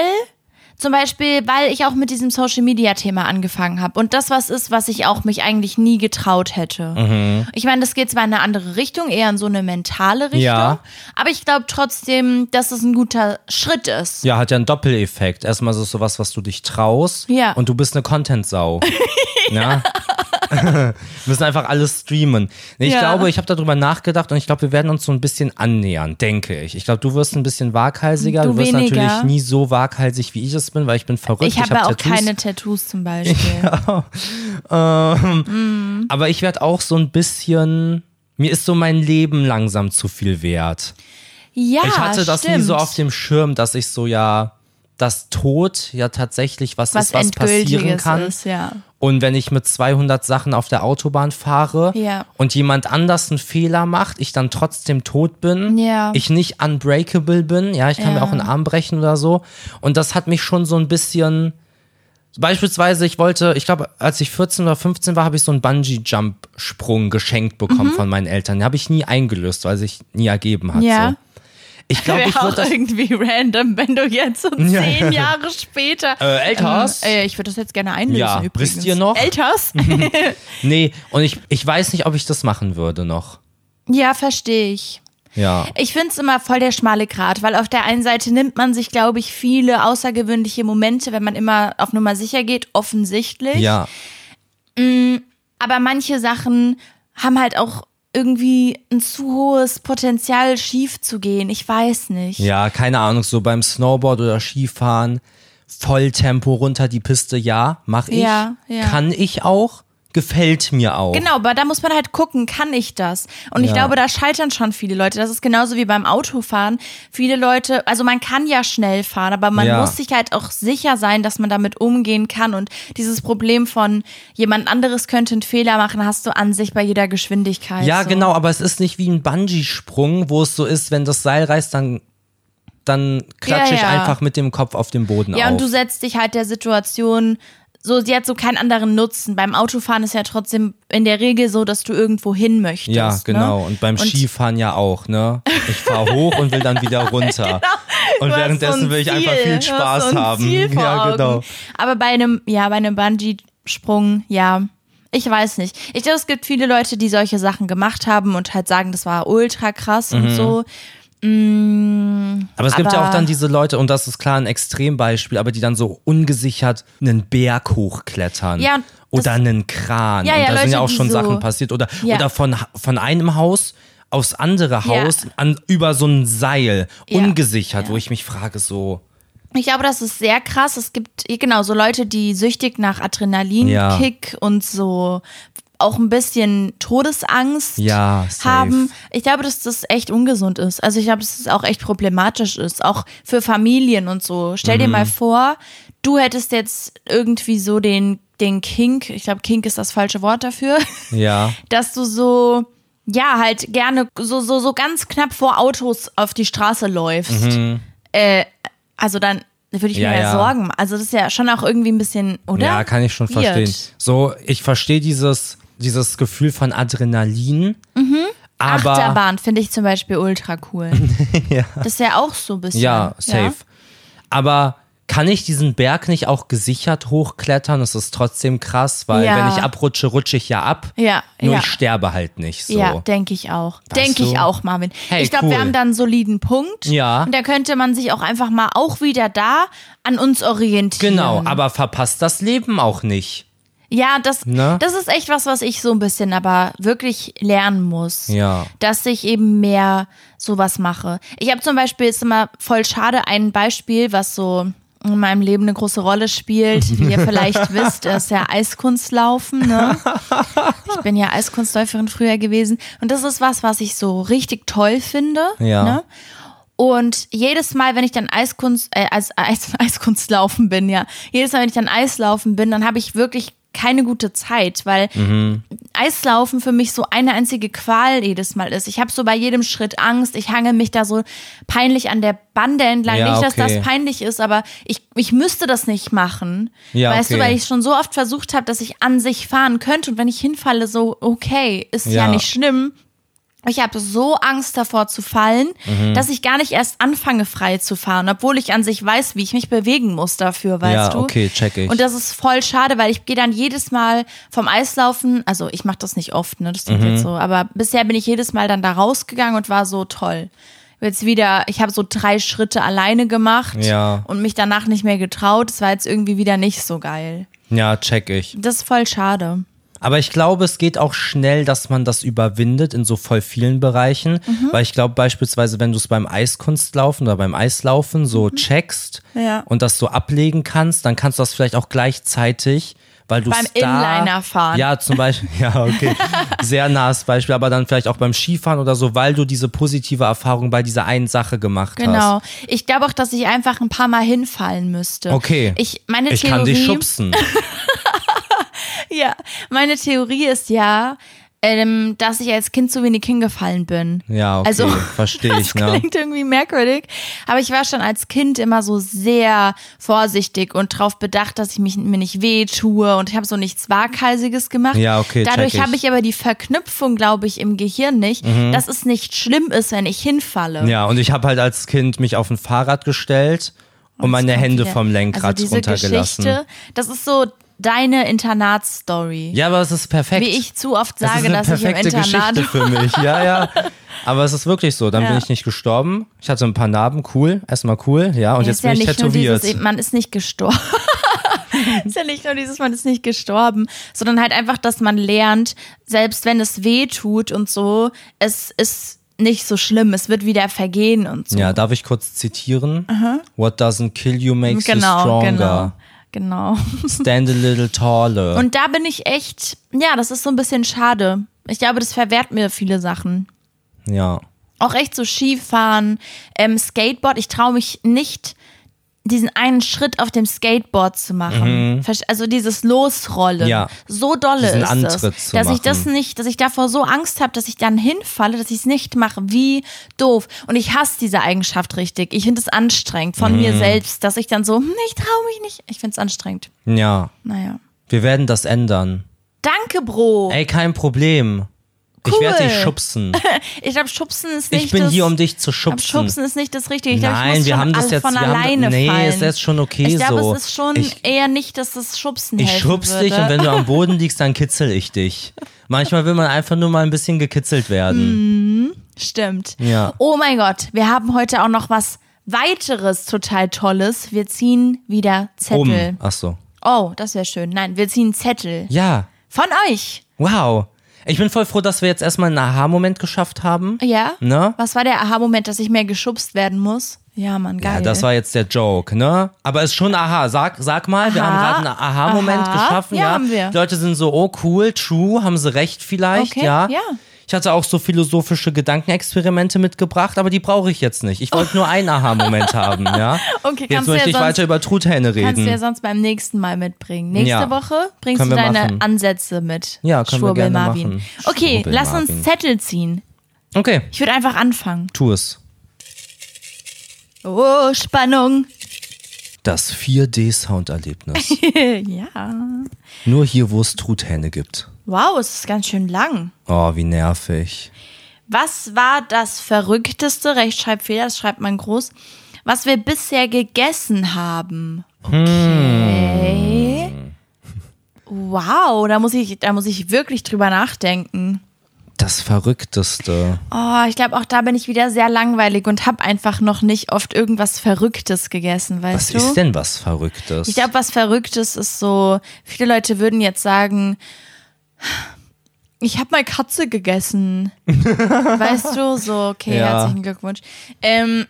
B: zum Beispiel, weil ich auch mit diesem Social Media Thema angefangen habe und das was ist, was ich auch mich eigentlich nie getraut hätte.
A: Mhm.
B: Ich meine, das geht zwar in eine andere Richtung, eher in so eine mentale Richtung,
A: Ja.
B: aber ich glaube trotzdem, dass es ein guter Schritt ist.
A: Ja, hat ja einen Doppeleffekt. Erstmal ist es sowas, was du dich traust.
B: Ja.
A: Und du bist eine Content-Sau. ja. müssen einfach alles streamen. Nee, ich
B: Ja.
A: glaube, ich habe darüber nachgedacht und ich glaube, wir werden uns so ein bisschen annähern, denke ich. Ich glaube, du wirst ein bisschen waghalsiger.
B: Du
A: Du, wirst
B: weniger.
A: natürlich nie so waghalsig, wie ich es bin, weil ich bin verrückt.
B: Ich habe ja auch
A: Tattoos.
B: keine Tattoos zum Beispiel.
A: Aber ich werde auch so ein bisschen. Mir ist so mein Leben langsam zu viel wert.
B: Ja,
A: Ich hatte das
B: stimmt.
A: nie so auf dem Schirm, dass ich so ja, dass Tod ja tatsächlich was,
B: was,
A: ist, was passieren
B: Endgültiges
A: kann.
B: ist, ja.
A: Und wenn ich mit 200 Sachen auf der Autobahn fahre
B: Ja.
A: und jemand anders einen Fehler macht, ich dann trotzdem tot bin,
B: Ja.
A: ich nicht unbreakable bin, ja, ich kann mir
B: Ja.
A: auch einen Arm brechen oder so. Und das hat mich schon so ein bisschen. Beispielsweise, ich wollte, ich glaube, als ich 14 oder 15 war, habe ich so einen Bungee-Jump-Sprung geschenkt bekommen
B: Mhm.
A: von meinen Eltern. Den habe ich nie eingelöst, weil sich nie ergeben hat.
B: Ja.
A: So. Ich glaube,
B: Wäre
A: ich
B: auch
A: würde das.
B: irgendwie random, wenn du jetzt so
A: Ja.
B: zehn Jahre später.
A: Äh, Elters?
B: Ähm, äh, ich würde das jetzt gerne einlösen.
A: Ja,
B: übrigens.
A: wisst ihr noch?
B: Elters?
A: Nee, und ich, ich weiß nicht, ob ich das machen würde noch.
B: ja, verstehe ich.
A: Ja.
B: Ich finde es immer voll der schmale Grat, weil auf der einen Seite nimmt man sich, glaube ich, viele außergewöhnliche Momente, wenn man immer auf Nummer sicher geht, offensichtlich.
A: Ja.
B: Aber manche Sachen haben halt auch irgendwie ein zu hohes Potenzial, schief zu gehen. Ich weiß nicht.
A: Ja, keine Ahnung, so beim Snowboard oder Skifahren, Volltempo runter die Piste, ja, mach ich.
B: Ja, ja.
A: Kann ich auch, gefällt mir auch.
B: Genau, aber da muss man halt gucken, kann ich das? Und ich
A: Ja.
B: glaube, da scheitern schon viele Leute. Das ist genauso wie beim Autofahren. Viele Leute, also man kann ja schnell fahren, aber man
A: Ja.
B: muss sich halt auch sicher sein, dass man damit umgehen kann. Und dieses Problem von jemand anderes könnte einen Fehler machen, hast du an sich bei jeder Geschwindigkeit.
A: Ja,
B: so.
A: genau, aber es ist nicht wie ein Bungee-Sprung, wo es so ist, wenn das Seil reißt, dann, dann klatsche
B: Ja,
A: ich
B: ja.
A: einfach mit dem Kopf auf den Boden
B: Ja,
A: auf.
B: und du setzt dich halt der Situation so, sie hat so keinen anderen Nutzen. Beim Autofahren ist ja trotzdem in der Regel so, dass du irgendwo hin möchtest.
A: ja, genau.
B: Ne?
A: Und beim Skifahren ja auch, ne? Ich fahre hoch und will dann wieder runter. Und
B: Genau. Du hast
A: währenddessen
B: so ein
A: will ich einfach
B: Ziel,
A: viel
B: du hast
A: Spaß
B: so ein
A: haben.
B: Ziel vor
A: ja,
B: Augen.
A: genau.
B: Aber bei einem, ja, bei einem Bungee-Sprung, ja. Ich weiß nicht. Ich glaube, es gibt viele Leute, die solche Sachen gemacht haben und halt sagen, das war ultra krass
A: Mhm.
B: und so.
A: Aber es gibt ja
B: Aber-
A: auch dann diese Leute, und das ist klar ein Extrembeispiel, aber die dann so ungesichert einen Berg hochklettern.
B: Ja, und
A: oder
B: das-
A: einen Kran.
B: Ja,
A: und
B: ja,
A: da sind ja
B: Leute,
A: auch
B: die
A: schon
B: so-
A: Sachen passiert. Oder,
B: Ja.
A: oder von, von einem Haus aufs andere Haus an, über so ein Seil.
B: Ja.
A: Ungesichert, wo ich mich frage, so.
B: Ich glaube, das ist sehr krass. Es gibt, genau, so Leute, die süchtig nach
A: Ja.
B: Adrenalinkick und so auch ein bisschen Todesangst
A: Ja, safe.
B: haben. Ich glaube, dass das echt ungesund ist. Also ich glaube, dass das auch echt problematisch ist, auch für Familien und so. Stell
A: Mhm.
B: dir mal vor, du hättest jetzt irgendwie so den, den Kink, ich glaube, Kink ist das falsche Wort dafür,
A: Ja.
B: dass du so, ja, halt gerne so, so, so ganz knapp vor Autos auf die Straße läufst. Äh, also dann würde ich
A: Mhm. Ja,
B: mir ja
A: ja.
B: Sorgen. Also das ist ja schon auch irgendwie ein bisschen, oder?
A: Ja, kann ich schon
B: ne? Weird.
A: verstehen. So, ich verstehe dieses, dieses Gefühl von Adrenalin.
B: Mhm.
A: Aber.
B: Achterbahn finde ich zum Beispiel ultra cool. Das ist ja auch so ein bisschen.
A: ne? Ja, safe. Aber kann ich diesen Berg nicht auch gesichert hochklettern? Es ist trotzdem krass, weil
B: Ja.
A: wenn ich abrutsche, rutsche ich ja ab.
B: Ja,
A: Nur
B: ja.
A: ich sterbe halt nicht. So.
B: Ja, denke ich auch.
A: du?
B: Denke ich auch, Marvin.
A: Hey,
B: ich glaube,
A: cool.
B: wir haben da einen soliden Punkt.
A: Ja.
B: Und da könnte man sich auch einfach mal auch wieder da an uns orientieren.
A: Genau, aber verpasst das Leben auch nicht.
B: Ja, das,
A: Ne?
B: das ist echt was, was ich so ein bisschen aber wirklich lernen muss.
A: Ja.
B: Dass ich eben mehr sowas mache. Ich habe zum Beispiel, ist immer voll schade, ein Beispiel, was so in meinem Leben eine große Rolle spielt. Wie ihr vielleicht wisst, ist ja Eiskunstlaufen. Ne? Ich bin ja Eiskunstläuferin früher gewesen. Und das ist was, was ich so richtig toll finde.
A: Ja.
B: Ne? Und jedes Mal, wenn ich dann Eiskunst, äh, Eis, Eis, Eiskunstlaufen bin, ja, jedes Mal, wenn ich dann Eislaufen bin, dann habe ich wirklich keine gute Zeit, weil
A: Mhm.
B: Eislaufen für mich so eine einzige Qual jedes Mal ist. Ich habe so bei jedem Schritt Angst, ich hange mich da so peinlich an der Bande entlang.
A: Ja,
B: nicht, dass
A: okay.
B: das peinlich ist, aber ich, ich müsste das nicht machen.
A: Ja,
B: weißt
A: okay.
B: du, weil ich schon so oft versucht habe, dass ich an sich fahren könnte und wenn ich hinfalle, so, okay, ist ja,
A: Ja.
B: nicht schlimm. Ich habe so Angst davor zu fallen,
A: Mhm.
B: dass ich gar nicht erst anfange frei zu fahren, obwohl ich an sich weiß, wie ich mich bewegen muss dafür, weißt
A: Ja,
B: du?
A: okay, check ich.
B: Und das ist voll schade, weil ich gehe dann jedes Mal vom Eislaufen, also ich mache das nicht oft, ne, das klingt
A: Mhm.
B: jetzt so, aber bisher bin ich jedes Mal dann da rausgegangen und war so toll. Jetzt wieder, ich habe so drei Schritte alleine gemacht
A: Ja.
B: und mich danach nicht mehr getraut. Es war jetzt irgendwie wieder nicht so geil.
A: Ja, check ich.
B: Das ist voll schade.
A: Aber ich glaube, es geht auch schnell, dass man das überwindet in so voll vielen Bereichen.
B: Mhm.
A: Weil ich glaube beispielsweise, wenn du es beim Eiskunstlaufen oder beim Eislaufen so checkst
B: Mhm. Ja.
A: und das so ablegen kannst, dann kannst du das vielleicht auch gleichzeitig, weil du
B: Beim
A: es da-
B: Inliner fahren.
A: Ja, zum Beispiel. Ja, okay. Sehr nahes Beispiel. Aber dann vielleicht auch beim Skifahren oder so, weil du diese positive Erfahrung bei dieser einen Sache gemacht hast.
B: Genau. Ich glaube auch, dass ich einfach ein paar Mal hinfallen müsste.
A: Okay.
B: Ich, meine
A: Ich
B: Theorie,
A: kann dich schubsen.
B: Ja, meine Theorie ist ja, ähm, dass ich als Kind zu wenig hingefallen bin.
A: Ja, okay.
B: Also,
A: Verstehe ich,
B: das
A: ne?
B: klingt irgendwie merkwürdig. Aber ich war schon als Kind immer so sehr vorsichtig und darauf bedacht, dass ich mich, mir nicht weh tue und ich habe so nichts Waghalsiges gemacht.
A: Ja, okay, check
B: Dadurch
A: ich. Mhm.
B: habe ich aber die Verknüpfung, glaube ich, im Gehirn nicht, dass es nicht schlimm ist, wenn ich hinfalle.
A: Ja, und ich habe halt als Kind mich auf ein Fahrrad gestellt
B: Oh,
A: und, meine
B: Kommt
A: Hände
B: wieder-
A: vom Lenkrad
B: also diese
A: runtergelassen.
B: Geschichte, das ist so deine Internatsstory.
A: Ja, aber es ist perfekt.
B: Wie ich zu oft
A: es ist
B: sage,
A: eine
B: dass ich im
A: perfekte
B: Internat
A: Geschichte für mich. Ja, ja. Aber es ist wirklich so. Dann bin
B: Ja.
A: ich nicht gestorben. Ich hatte ein paar Narben. Cool. Erstmal cool. Ja, und
B: Ja,
A: jetzt
B: ist
A: bin
B: ja
A: ich
B: nicht nur
A: tätowiert.
B: Dieses, man ist nicht gestorben. ist ja nicht nur dieses, man ist nicht gestorben, sondern halt einfach, dass man lernt, selbst wenn es weh tut und so, es ist nicht so schlimm, es wird wieder vergehen und so.
A: ja, darf ich kurz zitieren? What doesn't kill you makes you
B: genau, genau,
A: stronger.
B: genau.
A: Stand a little taller.
B: Und da bin ich echt, ja, das ist so ein bisschen schade. Ich glaube, das verwehrt mir viele Sachen.
A: ja.
B: auch echt so Skifahren, ähm, Skateboard. Ich traue mich nicht, diesen einen Schritt auf dem Skateboard zu machen. Versch- Also dieses Losrollen.
A: Mhm. Ja.
B: So dolle
A: Diesen
B: ist
A: Antritt
B: es,
A: zu
B: dass ich das
A: machen.
B: nicht, dass ich davor so Angst habe, dass ich dann hinfalle, dass ich es nicht mache. Wie doof. Und ich hasse diese Eigenschaft richtig. Ich finde es anstrengend von
A: Mhm.
B: mir selbst, dass ich dann so, hm, ich traue mich nicht. Ich finde es anstrengend.
A: Ja.
B: Naja.
A: Wir werden das ändern.
B: Danke, Bro.
A: Ey, kein Problem. Ich
B: Cool.
A: werde dich schubsen.
B: Ich glaube, Schubsen ist nicht
A: Ich bin
B: das,
A: hier, um dich zu
B: Ab Schubsen ist nicht das Richtige. Ich glaub, ich
A: Nein,
B: muss
A: wir
B: schon
A: haben das
B: alle
A: jetzt-
B: von
A: wir haben-
B: alleine
A: nee,
B: fallen.
A: ist jetzt schon okay
B: Ich glaube,
A: so.
B: es ist schon
A: Ich-
B: eher nicht, dass das Schubsen
A: Ich
B: helfen
A: schubs
B: würde.
A: dich und wenn du am Boden liegst, dann kitzel ich dich. Manchmal will man einfach nur mal ein bisschen gekitzelt werden.
B: Stimmt.
A: Ja.
B: Oh mein Gott, wir haben heute auch noch was weiteres total Tolles. Wir ziehen wieder Zettel.
A: Um. Ach so.
B: Oh, das wäre schön. Nein, wir ziehen Zettel.
A: Ja.
B: Von euch.
A: Wow. Ich bin voll froh, dass wir jetzt erstmal einen Aha-Moment geschafft haben.
B: Ja?
A: Ne?
B: Was war der Aha-Moment, dass ich mehr geschubst werden muss? Ja, Mann, geil.
A: Ja, das war jetzt der Joke, ne? Aber ist schon aha. Sag, sag mal, wir
B: Aha.
A: haben gerade einen Aha-Moment
B: Aha.
A: geschaffen.
B: Ja,
A: Ja,
B: haben wir.
A: Die Leute sind so, oh cool, true, haben sie recht vielleicht,
B: Okay,
A: ja?
B: ja.
A: Ich hatte auch so philosophische Gedankenexperimente mitgebracht, aber die brauche ich jetzt nicht. Ich wollte nur einen Aha-Moment haben, ja?
B: Okay,
A: jetzt
B: kannst
A: möchte
B: du ja
A: ich
B: sonst-
A: weiter über Truthähne
B: Kannst du ja
A: reden.
B: sonst beim nächsten Mal mitbringen. Nächste
A: Ja.
B: Woche bringst
A: Können
B: du
A: wir
B: deine
A: machen.
B: Ansätze mit.
A: Ja, können wir
B: Schwurbel
A: gerne
B: Marvin.
A: machen.
B: Okay,
A: Schwurbel
B: lass
A: Marvin.
B: uns Zettel ziehen.
A: Okay,
B: Ich würde einfach anfangen.
A: tu es.
B: Oh, Spannung.
A: Das 4D-Sounderlebnis.
B: ja.
A: nur hier, wo es Truthähne gibt.
B: Wow, es ist ganz schön lang.
A: Oh, wie nervig.
B: Was war das verrückteste Rechtschreibfehler? Das schreibt man groß. Was wir bisher gegessen haben. Okay. Wow, da muss ich, da muss ich wirklich drüber nachdenken.
A: das Verrückteste.
B: Oh, ich glaube, auch da bin ich wieder sehr langweilig und habe einfach noch nicht oft irgendwas Verrücktes gegessen, weißt
A: Was
B: du?
A: ist denn was Verrücktes?
B: Ich glaube, was Verrücktes ist so, viele Leute würden jetzt sagen, ich habe mal Katze gegessen. weißt du, so, okay,
A: Ja.
B: herzlichen Glückwunsch. Ähm,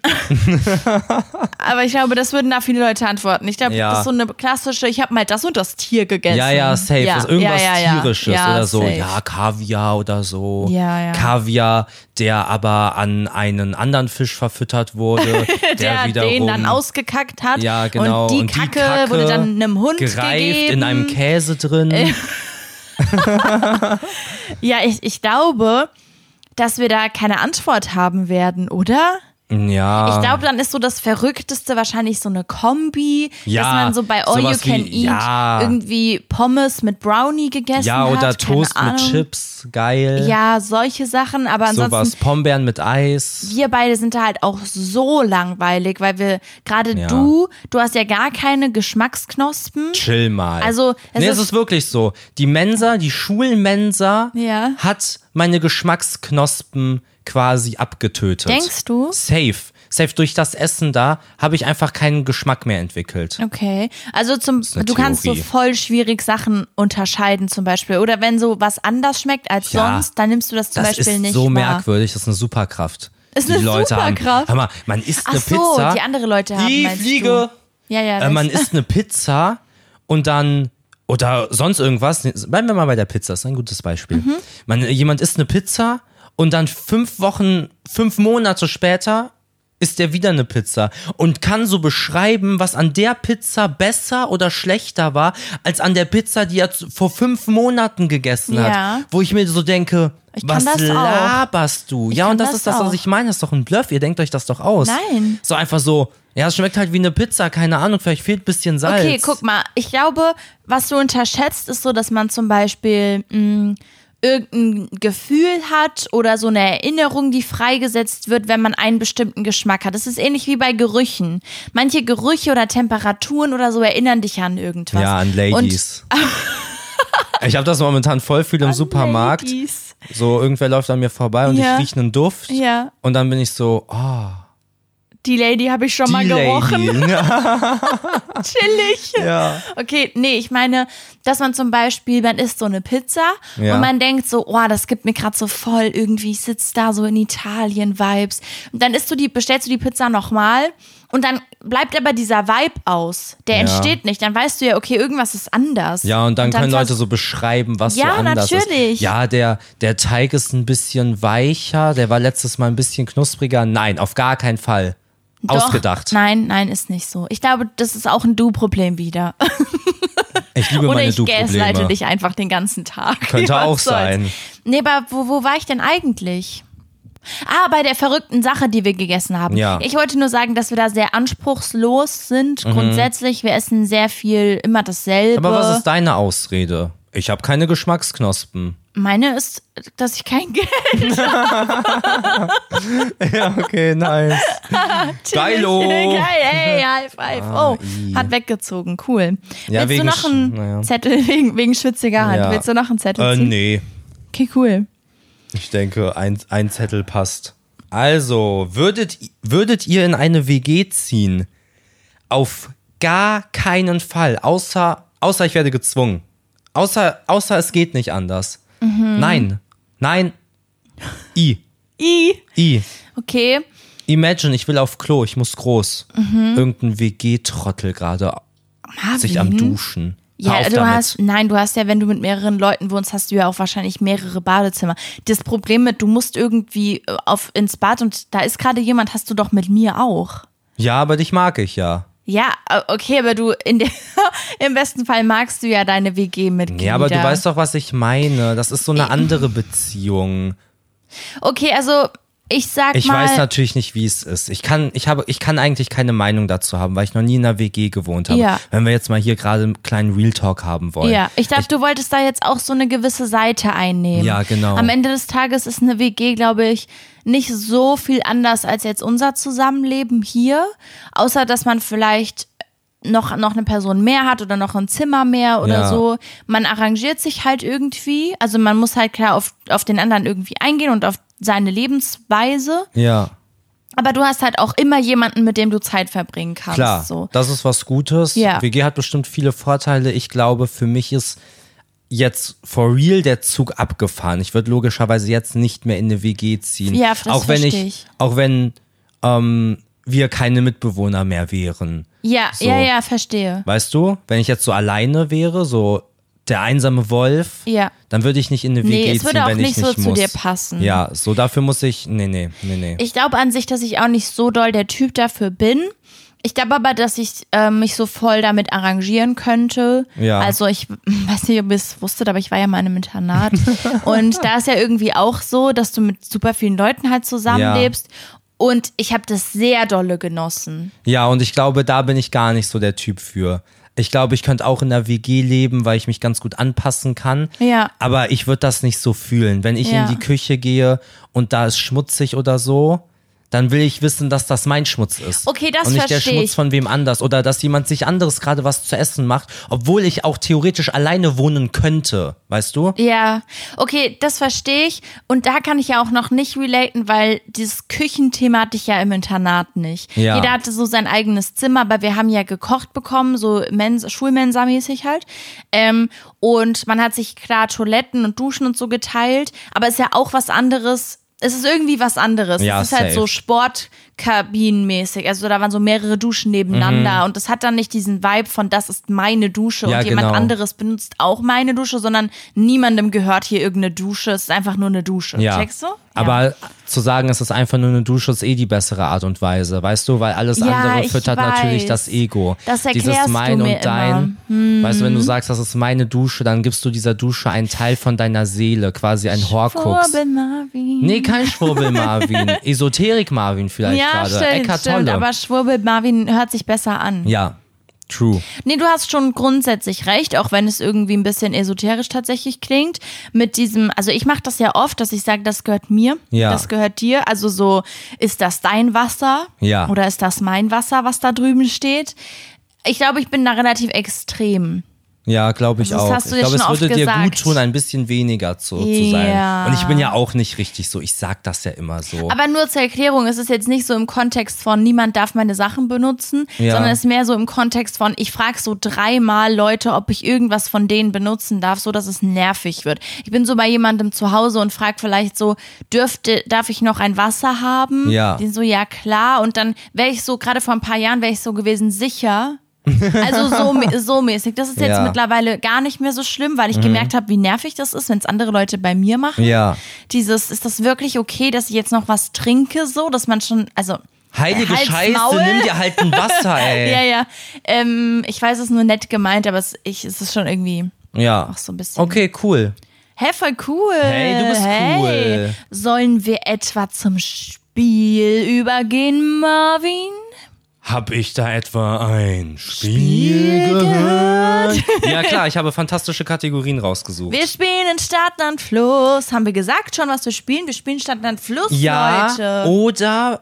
B: aber ich glaube, das würden da viele Leute antworten. Ich glaube,
A: Ja.
B: das ist so eine klassische, ich habe mal das und das Tier gegessen.
A: ja, ja, safe.
B: Ja,
A: ist irgendwas
B: ja, ja, ja.
A: Tierisches
B: Ja,
A: oder so.
B: safe.
A: Ja, Kaviar oder so.
B: Ja, ja.
A: Kaviar, der aber an einen anderen Fisch verfüttert wurde. der,
B: der
A: wiederum
B: den dann ausgekackt hat.
A: Ja, genau.
B: Und die, Kacke, wurde dann einem Hund
A: gereift
B: gegeben. Äh,
A: in einem Käse drin.
B: ja, ich, ich glaube, dass wir da keine Antwort haben werden, oder?
A: ja.
B: Ich glaube, dann ist so das Verrückteste wahrscheinlich so eine Kombi,
A: Ja,
B: dass man so bei All You
A: sowas
B: Can
A: wie-
B: Eat
A: ja.
B: irgendwie Pommes mit Brownie gegessen
A: ja,
B: hat.
A: oder
B: keine
A: Toast mit
B: Ahnung.
A: Chips, geil.
B: Ja, solche Sachen, aber ansonsten
A: Sowas, Pombeeren mit Eis.
B: wir beide sind da halt auch so langweilig, weil wir gerade
A: Ja.
B: du, du hast ja gar keine Geschmacksknospen.
A: Chill mal.
B: Also, es
A: es nee,
B: ist-
A: es ist wirklich so. Die Mensa, die Schulmensa
B: Ja.
A: hat meine Geschmacksknospen quasi abgetötet.
B: Denkst du?
A: Safe. Safe. Durch das Essen da habe ich einfach keinen Geschmack mehr entwickelt.
B: Okay, also zum, du
A: eine
B: kannst so
A: Theorie.
B: voll schwierig Sachen unterscheiden zum Beispiel. Oder wenn so was anders schmeckt als
A: Ja.
B: sonst, dann nimmst du das zum
A: Das
B: Beispiel
A: ist
B: nicht
A: so
B: wahr.
A: merkwürdig, das ist eine Superkraft.
B: Ist
A: die
B: eine
A: Leute
B: Superkraft?
A: Haben. Hör mal, man isst
B: Ach
A: eine
B: so,
A: Pizza.
B: die andere Leute haben,
A: Die
B: meinst
A: Fliege.
B: Du? Ja, ja.
A: Äh,
B: das-
A: man isst eine Pizza und dann oder sonst irgendwas. Nee, Bleiben wir mal bei der Pizza, ist ein gutes Beispiel.
B: Mhm.
A: Man, jemand isst eine Pizza und dann fünf Wochen, fünf Monate später isst er wieder eine Pizza und kann so beschreiben, was an der Pizza besser oder schlechter war, als an der Pizza, die er zu- vor fünf Monaten gegessen
B: Ja.
A: hat. Wo ich mir so denke,
B: kann
A: was
B: das auch.
A: laberst du? ja,
B: kann
A: und das,
B: das
A: ist das,
B: auch.
A: was ich meine. Das ist doch ein Bluff. Ihr denkt euch das doch aus.
B: Nein.
A: So einfach so, ja, es schmeckt halt wie eine Pizza, keine Ahnung, vielleicht fehlt ein bisschen Salz.
B: Okay, guck mal. Ich glaube, was du unterschätzt, ist so, dass man zum Beispiel mh, irgendein Gefühl hat oder so eine Erinnerung, die freigesetzt wird, wenn man einen bestimmten Geschmack hat. Das ist ähnlich wie bei Gerüchen. Manche Gerüche oder Temperaturen oder so erinnern dich an irgendwas.
A: Ja, an
B: Und
A: Ladies. ich habe das momentan voll viel im Supermarkt.
B: Ladies.
A: So, irgendwer läuft an mir vorbei und
B: Ja.
A: ich rieche einen Duft.
B: Ja.
A: Und dann bin ich so, oh,
B: Die Lady habe ich schon
A: die
B: mal gerochen.
A: Lady. Ja,
B: Chillig.
A: ja.
B: Okay, nee, ich meine, dass man zum Beispiel, man isst so eine Pizza
A: Ja.
B: und man denkt so, oh, das gibt mir gerade so voll irgendwie, ich sitze da so in Italien-Vibes. Und dann isst du die, bestellst du die Pizza nochmal und dann bleibt aber dieser Vibe aus. Der
A: Ja.
B: entsteht nicht. Dann weißt du ja, okay, irgendwas ist anders.
A: Ja, und dann, können
B: vers-
A: Leute so beschreiben, was so
B: Ja,
A: anders
B: natürlich.
A: ist. Ja, der, der Teig ist ein bisschen weicher, der war letztes Mal ein bisschen knuspriger. Nein, auf gar keinen Fall.
B: Doch,
A: Ausgedacht.
B: Nein, nein, ist nicht so. Ich glaube, das ist auch ein Du-Problem wieder.
A: Ich liebe
B: Oder
A: meine
B: ich gasleite
A: Du-Probleme.
B: dich einfach den ganzen Tag.
A: Könnte
B: Was
A: auch
B: soll's.
A: sein.
B: Nee, aber wo, wo war ich denn eigentlich? Ah, bei der verrückten Sache, die wir gegessen haben.
A: Ja. Mhm.
B: Ich wollte nur sagen, dass wir da sehr anspruchslos sind. Grundsätzlich, wir essen sehr viel immer dasselbe.
A: Aber was ist deine Ausrede? Ich habe keine Geschmacksknospen.
B: Meine ist, dass ich kein Geld
A: Ja, okay, nice. Geilo. Ah,
B: Geil, hey, High Five. Oh, hat weggezogen, cool.
A: Ja, wegen
B: Willst du noch
A: Sch-
B: einen
A: naja.
B: Zettel wegen, wegen schwitziger Hand?
A: Ja.
B: Willst du noch einen Zettel
A: Äh,
B: ziehen?
A: nee.
B: Okay, cool.
A: Ich denke, ein, ein Zettel passt. Also, würdet, i- würdet ihr in eine WG ziehen? Auf gar keinen Fall. Außer, außer ich werde gezwungen. Außer, außer es geht nicht anders. Nein. Nein. I.
B: I.
A: I.
B: Okay.
A: Imagine, ich will auf Klo, ich muss groß.
B: Mhm.
A: Irgendein WG-Trottel gerade sich am Duschen. Hör
B: Ja,
A: auf
B: du
A: damit.
B: hast, nein, du hast ja, wenn du mit mehreren Leuten wohnst, hast du ja auch wahrscheinlich mehrere Badezimmer. Das Problem mit, du musst irgendwie äh, auf, ins Bad und da ist gerade jemand, hast du doch mit mir auch.
A: Ja, aber dich mag ich ja.
B: Ja, äh, okay, aber du, in der, im besten Fall magst du ja deine WG-Mitglieder.
A: Ja, aber du weißt doch, was ich meine. Das ist so eine andere Beziehung.
B: Okay, also, ich sag
A: Ich
B: mal.
A: weiß natürlich nicht, wie es ist. Ich kann, ich habe, ich kann eigentlich keine Meinung dazu haben, weil ich noch nie in einer WG gewohnt habe.
B: Ja.
A: Wenn wir jetzt mal hier gerade einen kleinen Real Talk haben wollen.
B: Ja, ich dachte, du wolltest da jetzt auch so eine gewisse Seite einnehmen.
A: Ja, genau.
B: Am Ende des Tages ist eine WG, glaube ich, nicht so viel anders als jetzt unser Zusammenleben hier, außer dass man vielleicht noch, noch eine Person mehr hat oder noch ein Zimmer mehr oder
A: Ja.
B: so. Man arrangiert sich halt irgendwie. Also man muss halt klar auf, auf den anderen irgendwie eingehen und auf seine Lebensweise.
A: Ja.
B: Aber du hast halt auch immer jemanden, mit dem du Zeit verbringen kannst.
A: Klar,
B: So.
A: das ist was Gutes.
B: Ja.
A: WG hat bestimmt viele Vorteile. Ich glaube, für mich ist jetzt for real der Zug abgefahren. Ich würde logischerweise jetzt nicht mehr in eine WG ziehen.
B: Ja, das
A: auch wenn
B: verstehe ich.
A: Auch wenn ähm, wir keine Mitbewohner mehr wären.
B: Ja,
A: So.
B: ja, ja, verstehe.
A: Weißt du, wenn ich jetzt so alleine wäre, so der einsame Wolf,
B: Ja.
A: dann würde ich nicht in eine WG
B: Nee,
A: ziehen,
B: es würde auch
A: wenn ich
B: nicht so
A: nicht
B: zu
A: muss.
B: dir passen.
A: Ja, so dafür muss ich. Nee, nee, nee, nee.
B: Ich glaube an sich, dass ich auch nicht so doll der Typ dafür bin. Ich glaube aber, dass ich äh, mich so voll damit arrangieren könnte.
A: Ja.
B: Also ich weiß nicht, ob ihr es wusstet, aber ich war ja mal in einem Internat. und da ist ja irgendwie auch so, dass du mit super vielen Leuten halt zusammenlebst. Und ich habe das sehr dolle genossen.
A: Ja, und ich glaube, da bin ich gar nicht so der Typ für. Ich glaube, ich könnte auch in der WG leben, weil ich mich ganz gut anpassen kann.
B: Ja.
A: Aber ich würde das nicht so fühlen. Wenn ich
B: Ja.
A: in die Küche gehe und da ist schmutzig oder so, dann will ich wissen, dass das mein Schmutz ist.
B: Okay, das
A: Und nicht der
B: versteh
A: Schmutz
B: ich.
A: von wem anders. Oder dass jemand sich anderes gerade was zu essen macht, obwohl ich auch theoretisch alleine wohnen könnte. Weißt du?
B: Ja, okay, das verstehe ich. Und da kann ich ja auch noch nicht relaten, weil dieses Küchenthema hatte ich ja im Internat nicht.
A: Ja.
B: Jeder hatte so sein eigenes Zimmer, aber wir haben ja gekocht bekommen, so Mens Schulmensa-mäßig halt. Ähm, und man hat sich klar Toiletten und Duschen und so geteilt, aber ist ja auch was anderes. Es ist irgendwie was anderes.
A: Ja,
B: es ist halt
A: safe.
B: so Sportkabinenmäßig. Also da waren so mehrere Duschen nebeneinander
A: Mhm.
B: und das hat dann nicht diesen Vibe von, das ist meine Dusche
A: Ja,
B: und jemand
A: genau.
B: anderes benutzt auch meine Dusche, sondern niemandem gehört hier irgendeine Dusche. Es ist einfach nur eine Dusche.
A: Ja.
B: Checkst du? Ja.
A: Aber zu sagen, es ist einfach nur eine Dusche, ist eh die bessere Art und Weise, weißt du, weil alles
B: Ja,
A: andere
B: ich
A: füttert
B: weiß.
A: natürlich das Ego.
B: Das
A: Dieses
B: erklärst du
A: mein
B: mir Hm.
A: und dein. Weißt du, wenn du sagst, das ist meine Dusche, dann gibst du dieser Dusche einen Teil von deiner Seele, quasi ein Horcrux.
B: Vorbild Marvin.
A: Nee, kein Schwurbel Marvin. Esoterik Marvin vielleicht
B: ja,
A: gerade.
B: stimmt,
A: Eckart
B: stimmt,
A: Tolle.
B: aber Schwurbel Marvin hört sich besser an.
A: ja, true.
B: Nee, du hast schon grundsätzlich recht, auch wenn es irgendwie ein bisschen esoterisch tatsächlich klingt. Mit diesem, also ich mache das ja oft, dass ich sage, das gehört mir,
A: Ja.
B: das gehört dir. Also so, ist das dein Wasser?
A: Ja.
B: Oder ist das mein Wasser, was da drüben steht? Ich glaube, ich bin da relativ extrem.
A: Ja, glaube ich
B: Das
A: auch.
B: hast
A: ich
B: du jetzt
A: glaube, es
B: schon
A: würde
B: oft
A: dir gut
B: gesagt.
A: tun, ein bisschen weniger zu, zu sein.
B: Ja.
A: Und ich bin ja auch nicht richtig so. Ich sag das ja immer so.
B: Aber nur zur Erklärung, es ist jetzt nicht so im Kontext von niemand darf meine Sachen benutzen,
A: Ja.
B: sondern es ist mehr so im Kontext von ich frage so dreimal Leute, ob ich irgendwas von denen benutzen darf, so dass es nervig wird. Ich bin so bei jemandem zu Hause und frage vielleicht so, dürfte darf ich noch ein Wasser haben?
A: Ja.
B: Den so ja klar und dann wäre ich so gerade vor ein paar Jahren wäre ich so gewesen sicher. Also so, mä- so mäßig. Das ist jetzt
A: Ja. Mhm.
B: mittlerweile gar nicht mehr so schlimm, weil ich gemerkt habe, wie nervig das ist, wenn es andere Leute bei mir machen
A: ja.
B: dieses, ist das wirklich okay, dass ich jetzt noch was trinke, so, dass man schon, also,
A: Heilige
B: Halt's
A: Scheiße,
B: Maul.
A: nimm dir halt ein Wasser, ey.
B: ja, ja, ähm, ich weiß, es ist nur nett gemeint, aber es, ich, es ist schon irgendwie
A: Ja.
B: auch so ein bisschen.
A: Okay, cool.
B: Hä, voll cool.
A: Hey, du bist
B: Hey.
A: cool.
B: Sollen wir etwa zum Spiel übergehen, Marvin?
A: Hab ich da etwa ein Spiel gehört? Ja klar, ich habe fantastische Kategorien rausgesucht.
B: Wir spielen in Stadtland Fluss. Haben wir gesagt schon, was wir spielen? Wir spielen Stadtland Fluss,
A: ja, Oh. oder
B: Leute.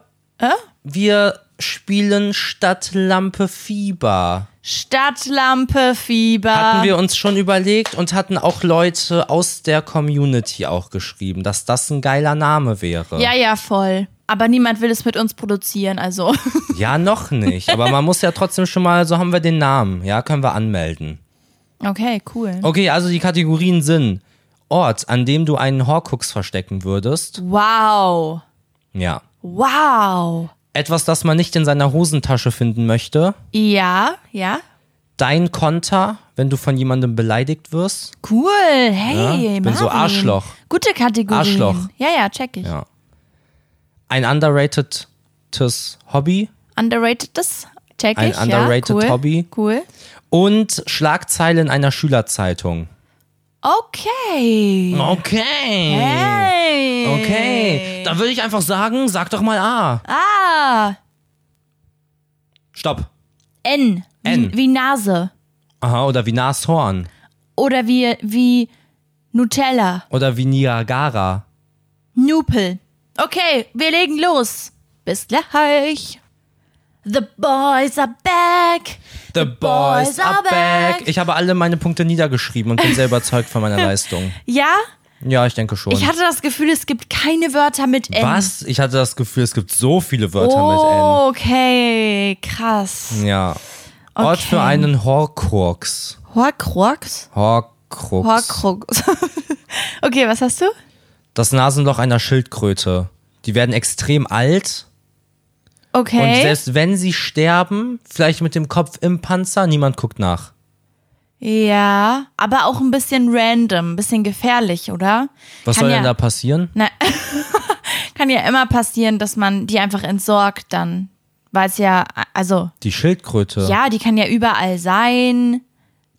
A: wir spielen Stadtlampe Fieber.
B: Stadtlampe, Fieber.
A: Hatten wir uns schon überlegt und hatten auch Leute aus der Community auch geschrieben, dass das ein geiler Name wäre.
B: ja, ja, voll. Aber niemand will es mit uns produzieren, also.
A: ja noch nicht, aber man muss ja trotzdem schon mal, so haben wir den Namen, ja, können wir anmelden.
B: Okay, cool.
A: Okay, also die Kategorien sind Ort, an dem du einen Horcrux verstecken würdest.
B: Wow.
A: Ja.
B: Wow.
A: Etwas, das man nicht in seiner Hosentasche finden möchte.
B: Ja, ja.
A: Dein Konter, wenn du von jemandem beleidigt wirst.
B: Cool. Hey,
A: Ja, ich bin so
B: Marvin.
A: Arschloch.
B: Gute Kategorie.
A: Arschloch.
B: Ja, ja, check ich.
A: Ja. Ein underratedes Hobby.
B: Underratedes, check
A: Ein
B: ich.
A: underrated
B: ja, cool.
A: Hobby.
B: Cool.
A: Und Schlagzeile in einer Schülerzeitung. Oh.
B: Okay.
A: Okay.
B: Hey.
A: Okay. Dann würde ich einfach sagen, sag doch mal A.
B: Ah,
A: Stopp.
B: N. Wie,
A: N.
B: wie Nase.
A: Aha, oder wie Nashorn.
B: Oder wie, wie Nutella.
A: Oder wie Niagara.
B: Nupel. Okay, wir legen los. Bis gleich. The boys are back.
A: The boys are back. Ich habe alle meine Punkte niedergeschrieben und bin sehr überzeugt von meiner Leistung.
B: Ja?
A: Ja, ich denke schon.
B: Ich hatte das Gefühl, es gibt keine Wörter mit N.
A: Was? Ich hatte das Gefühl, es gibt so viele Wörter
B: Oh, okay. Krass.
A: mit N. Ja. Ort für einen Horcrux.
B: Horcrux?
A: Horcrux.
B: Horcrux. okay, was hast du?
A: das Nasenloch einer Schildkröte. Die werden extrem alt und
B: Okay.
A: selbst wenn sie sterben, vielleicht mit dem Kopf im Panzer, niemand guckt nach.
B: Ja, aber auch ein bisschen random, ein bisschen gefährlich, oder?
A: Was
B: Kann
A: soll
B: ja,
A: denn da passieren?
B: Kann ja immer passieren, dass man die einfach entsorgt dann. Weil es ja, also,
A: Die Schildkröte.
B: ja, die kann ja überall sein.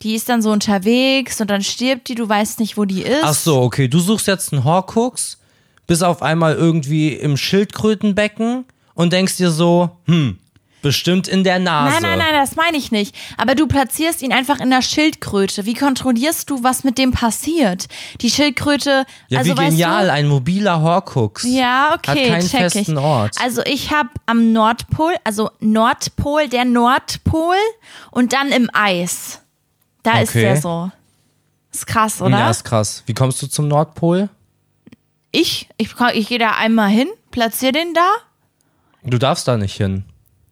B: Die ist dann so unterwegs und dann stirbt die, du weißt nicht, wo die ist.
A: Ach so, okay, du suchst jetzt einen Horcrux, bist auf einmal irgendwie im Schildkrötenbecken und denkst dir so, hm, bestimmt in der Nase.
B: Nein, nein, nein, das meine ich nicht. Aber du platzierst ihn einfach in der Schildkröte. Wie kontrollierst du, was mit dem passiert? Die Schildkröte,
A: Ja,
B: also
A: wie genial,
B: weißt
A: ein mobiler Horcrux.
B: du, ja, okay,
A: Hat keinen
B: check
A: festen
B: ich.
A: Ort.
B: Also ich habe am Nordpol, also Nordpol, der Nordpol und dann im Eis. Da ist
A: Okay.
B: der so. Ist krass, oder?
A: Hm, Ja, ist krass. Wie kommst du zum Nordpol?
B: ich ich, ich gehe da einmal hin, platziere den da.
A: Du darfst da nicht hin.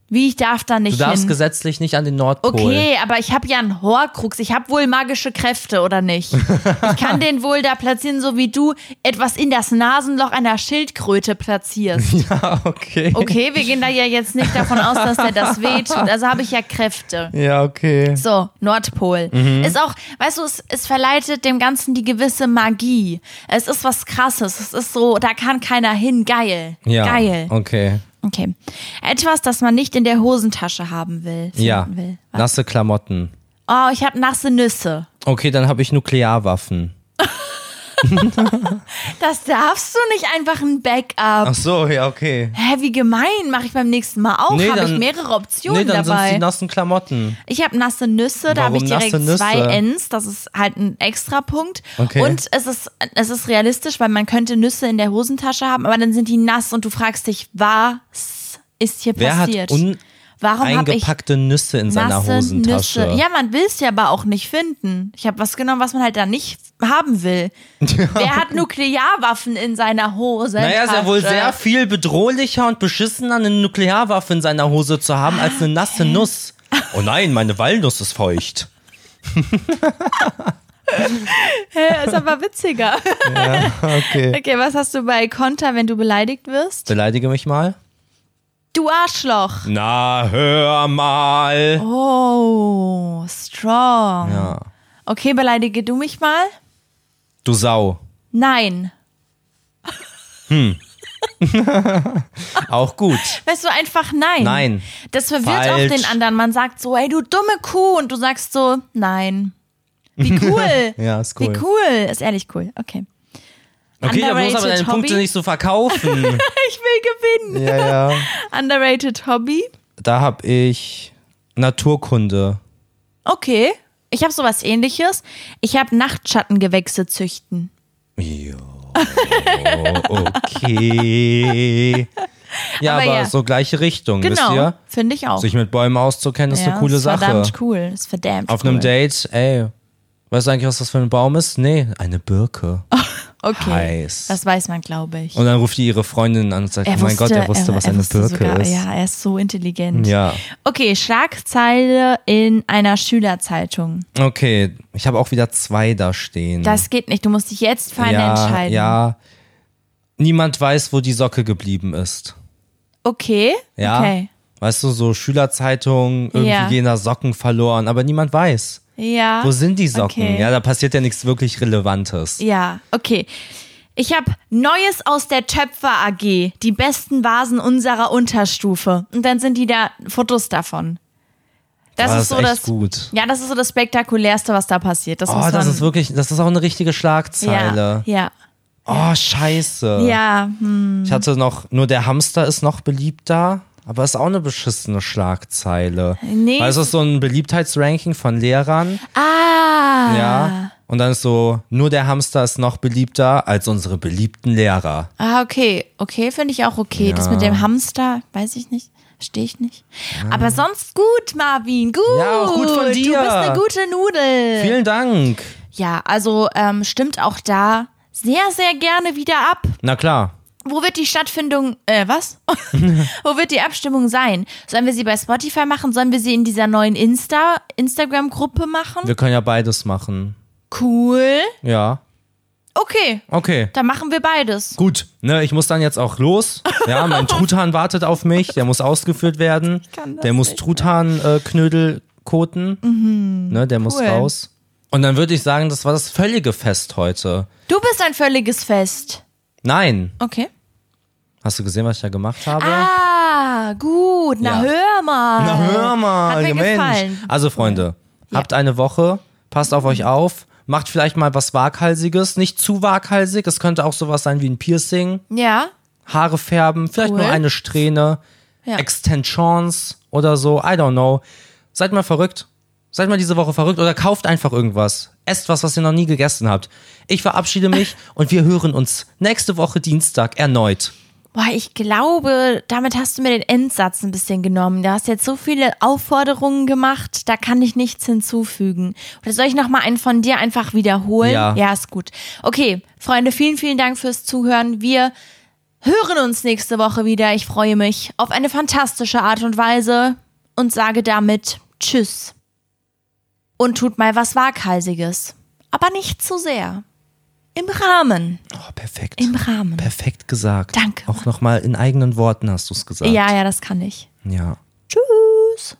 B: Wie ich darf da nicht
A: Du darfst
B: hin.
A: gesetzlich nicht an den Nordpol.
B: Okay, aber ich habe ja einen Horcrux. Ich habe wohl magische Kräfte, oder nicht? Ich kann den wohl da platzieren, so wie du etwas in das Nasenloch einer Schildkröte platzierst.
A: Ja, okay.
B: Okay, wir gehen da ja jetzt nicht davon aus, dass der das wehtut. Also habe ich ja Kräfte.
A: Ja, okay.
B: So, Nordpol.
A: Mhm.
B: Ist auch, weißt du, es, es verleitet dem Ganzen die gewisse Magie. Es ist was krasses. Es ist so, da kann keiner hin. Geil.
A: Ja.
B: Geil.
A: Okay.
B: Okay. Etwas, das man nicht in der Hosentasche haben will. finden
A: Ja.
B: Will.
A: Nasse Klamotten.
B: Oh, ich habe nasse Nüsse.
A: Okay, dann habe ich Nuklearwaffen.
B: Das darfst du nicht einfach ein Backup.
A: Ach so, ja, okay.
B: Hä, wie gemein. Mache ich beim nächsten Mal auch.
A: Nee,
B: habe ich
A: dann-
B: mehrere Optionen
A: Nee, dann sind
B: dabei.
A: die nassen Klamotten.
B: Ich habe nasse Nüsse, da habe ich
A: Warum
B: direkt
A: nasse Nüsse?
B: zwei Ns, das ist halt ein Extrapunkt.
A: Okay.
B: Und es ist, es ist realistisch, weil man könnte Nüsse in der Hosentasche haben, aber dann sind die nass und du fragst dich, was ist hier
A: Wer
B: passiert?
A: hat
B: Warum habe ich
A: uneingepackte Nüsse in seiner
B: nasse
A: Hosentasche?
B: Nüsse? Ja, man will es ja aber auch nicht finden. Ich habe was genommen, was man halt da nicht haben will. Wer hat Nuklearwaffen in seiner Hose?
A: Naja, ist ja wohl sehr viel bedrohlicher und beschissener, eine Nuklearwaffe in seiner Hose zu haben, als eine nasse Nuss. Oh nein, meine Walnuss ist feucht.
B: ist aber witziger.
A: Okay.
B: Okay, was hast du bei Konter, wenn du beleidigt wirst?
A: Beleidige mich mal.
B: Du Arschloch.
A: Na, hör mal.
B: Oh, strong.
A: Ja.
B: Okay, beleidige du mich mal?
A: Du Sau.
B: Nein.
A: Auch gut.
B: Weißt du, einfach nein.
A: Nein.
B: Das verwirrt
A: Falsch.
B: auch den anderen. Man sagt so, ey, du dumme Kuh. Und du sagst so, nein. Wie cool.
A: Ja, ist cool.
B: Wie cool. Ist ehrlich cool. Okay.
A: Okay, du musst aber
B: Underrated
A: deine Punkte
B: Hobby?
A: nicht so verkaufen.
B: Ich will gewinnen.
A: ja, ja.
B: Underrated Hobby.
A: Da hab ich Naturkunde.
B: Okay. Ich habe sowas ähnliches. Ich habe Nachtschattengewächse züchten.
A: Ja, okay. Ja,
B: Aber
A: aber,
B: ja.
A: so gleiche Richtung, wisst
B: Genau.
A: ihr?
B: Finde ich auch.
A: Sich mit Bäumen auszukennen, ist
B: Ja,
A: eine coole
B: ist
A: Sache.
B: Verdammt cool. Ist verdammt
A: Auf
B: cool.
A: einem Date, ey, weißt du eigentlich, was das für ein Baum ist? Nee, eine Birke.
B: Oh. Okay.
A: Heiß.
B: Das weiß man, glaube ich.
A: Und dann ruft die ihre Freundin an und sagt, oh mein Gott, er wusste, was eine Birke
B: sogar,
A: ist.
B: Ja, er ist so intelligent.
A: Ja.
B: Okay, Schlagzeile in einer Schülerzeitung.
A: Okay, ich habe auch wieder zwei da stehen.
B: Das geht nicht. Du musst dich jetzt für eine
A: Hm. ja,
B: entscheiden.
A: Ja. Niemand weiß, wo die Socke geblieben ist.
B: Okay.
A: Ja.
B: Okay.
A: Weißt du, so Schülerzeitung, irgendwie
B: Ja.
A: gehen da Socken verloren, aber niemand weiß.
B: Ja.
A: Wo sind die Socken?
B: okay.
A: Ja, da passiert ja nichts wirklich Relevantes.
B: Ja. Okay. Ich habe Neues aus der Töpfer AG, die besten Vasen unserer Unterstufe. Und dann sind die da Fotos davon. Das
A: Ah,
B: ist so
A: echt
B: das.
A: gut.
B: Ja, das ist so das spektakulärste, was da passiert. Das
A: Oh,
B: muss
A: das
B: man,
A: ist wirklich, das ist auch eine richtige Schlagzeile.
B: Ja.
A: Oh, scheiße.
B: Ja. ja hm.
A: Ich hatte noch, nur der Hamster ist noch beliebter, aber ist auch eine beschissene Schlagzeile.
B: Nee.
A: Weil es ist so ein Beliebtheitsranking von Lehrern.
B: Ah.
A: Ja. Und dann ist so, nur der Hamster ist noch beliebter als unsere beliebten Lehrer.
B: Ah, okay. Okay, finde ich auch okay. Das mit dem Hamster, weiß ich nicht. Verstehe ich nicht. Aber sonst gut, Marvin. Gut.
A: Hm. Ja, auch gut von dir.
B: Du bist eine gute Nudel.
A: Vielen Dank.
B: ja, also ähm, stimmt auch da sehr, sehr gerne wieder ab.
A: Na klar.
B: Wo wird die Stadtfindung, äh, was? Wo wird die Abstimmung sein? Sollen wir sie bei Spotify machen? Sollen wir sie in dieser neuen Insta, Instagram-Gruppe machen?
A: Wir können ja beides machen.
B: Cool.
A: Ja.
B: Okay,
A: Okay.
B: dann machen wir beides.
A: Gut, ne, ich muss dann jetzt auch los. Ja, mein Truthahn wartet auf mich, der muss ausgeführt werden.
B: kann das
A: der muss
B: nicht Mhm.
A: Truthahn-Knödel äh, Knödel koten. Ne, der muss
B: cool.
A: raus. Und dann würde ich sagen, das war das völlige Fest heute.
B: Du bist ein völliges Fest.
A: Nein.
B: Okay.
A: Hast du gesehen, was ich da gemacht habe?
B: Ah, gut. Na
A: Ja.
B: hör mal.
A: Na hör mal,
B: Hat mir
A: ja, Mensch.
B: gefallen.
A: Also Freunde, habt eine Woche, passt auf euch auf, macht vielleicht mal was waghalsiges, nicht zu waghalsig, es könnte auch sowas sein wie ein Piercing,
B: Ja.
A: Haare färben, vielleicht
B: Cool.
A: nur eine Strähne,
B: Ja.
A: Extensions oder so, I don't know. Seid mal verrückt. Seid mal diese Woche verrückt oder kauft einfach irgendwas. Esst was, was ihr noch nie gegessen habt. Ich verabschiede mich und wir hören uns nächste Woche Dienstag erneut.
B: Boah, ich glaube, damit hast du mir den Endsatz ein bisschen genommen. Du hast jetzt so viele Aufforderungen gemacht, da kann ich nichts hinzufügen. Oder soll ich nochmal einen von dir einfach wiederholen?
A: Ja.
B: Ja, ist gut. Okay, Freunde, vielen, vielen Dank fürs Zuhören. Wir hören uns nächste Woche wieder. Ich freue mich auf eine fantastische Art und Weise und sage damit Tschüss. Und tut mal was Waghalsiges. Aber nicht zu sehr. Im Rahmen.
A: Oh, perfekt.
B: Im Rahmen.
A: Perfekt gesagt.
B: Danke.
A: Auch nochmal in eigenen Worten hast du es gesagt.
B: Ja, ja, das kann ich.
A: Ja.
B: Tschüss.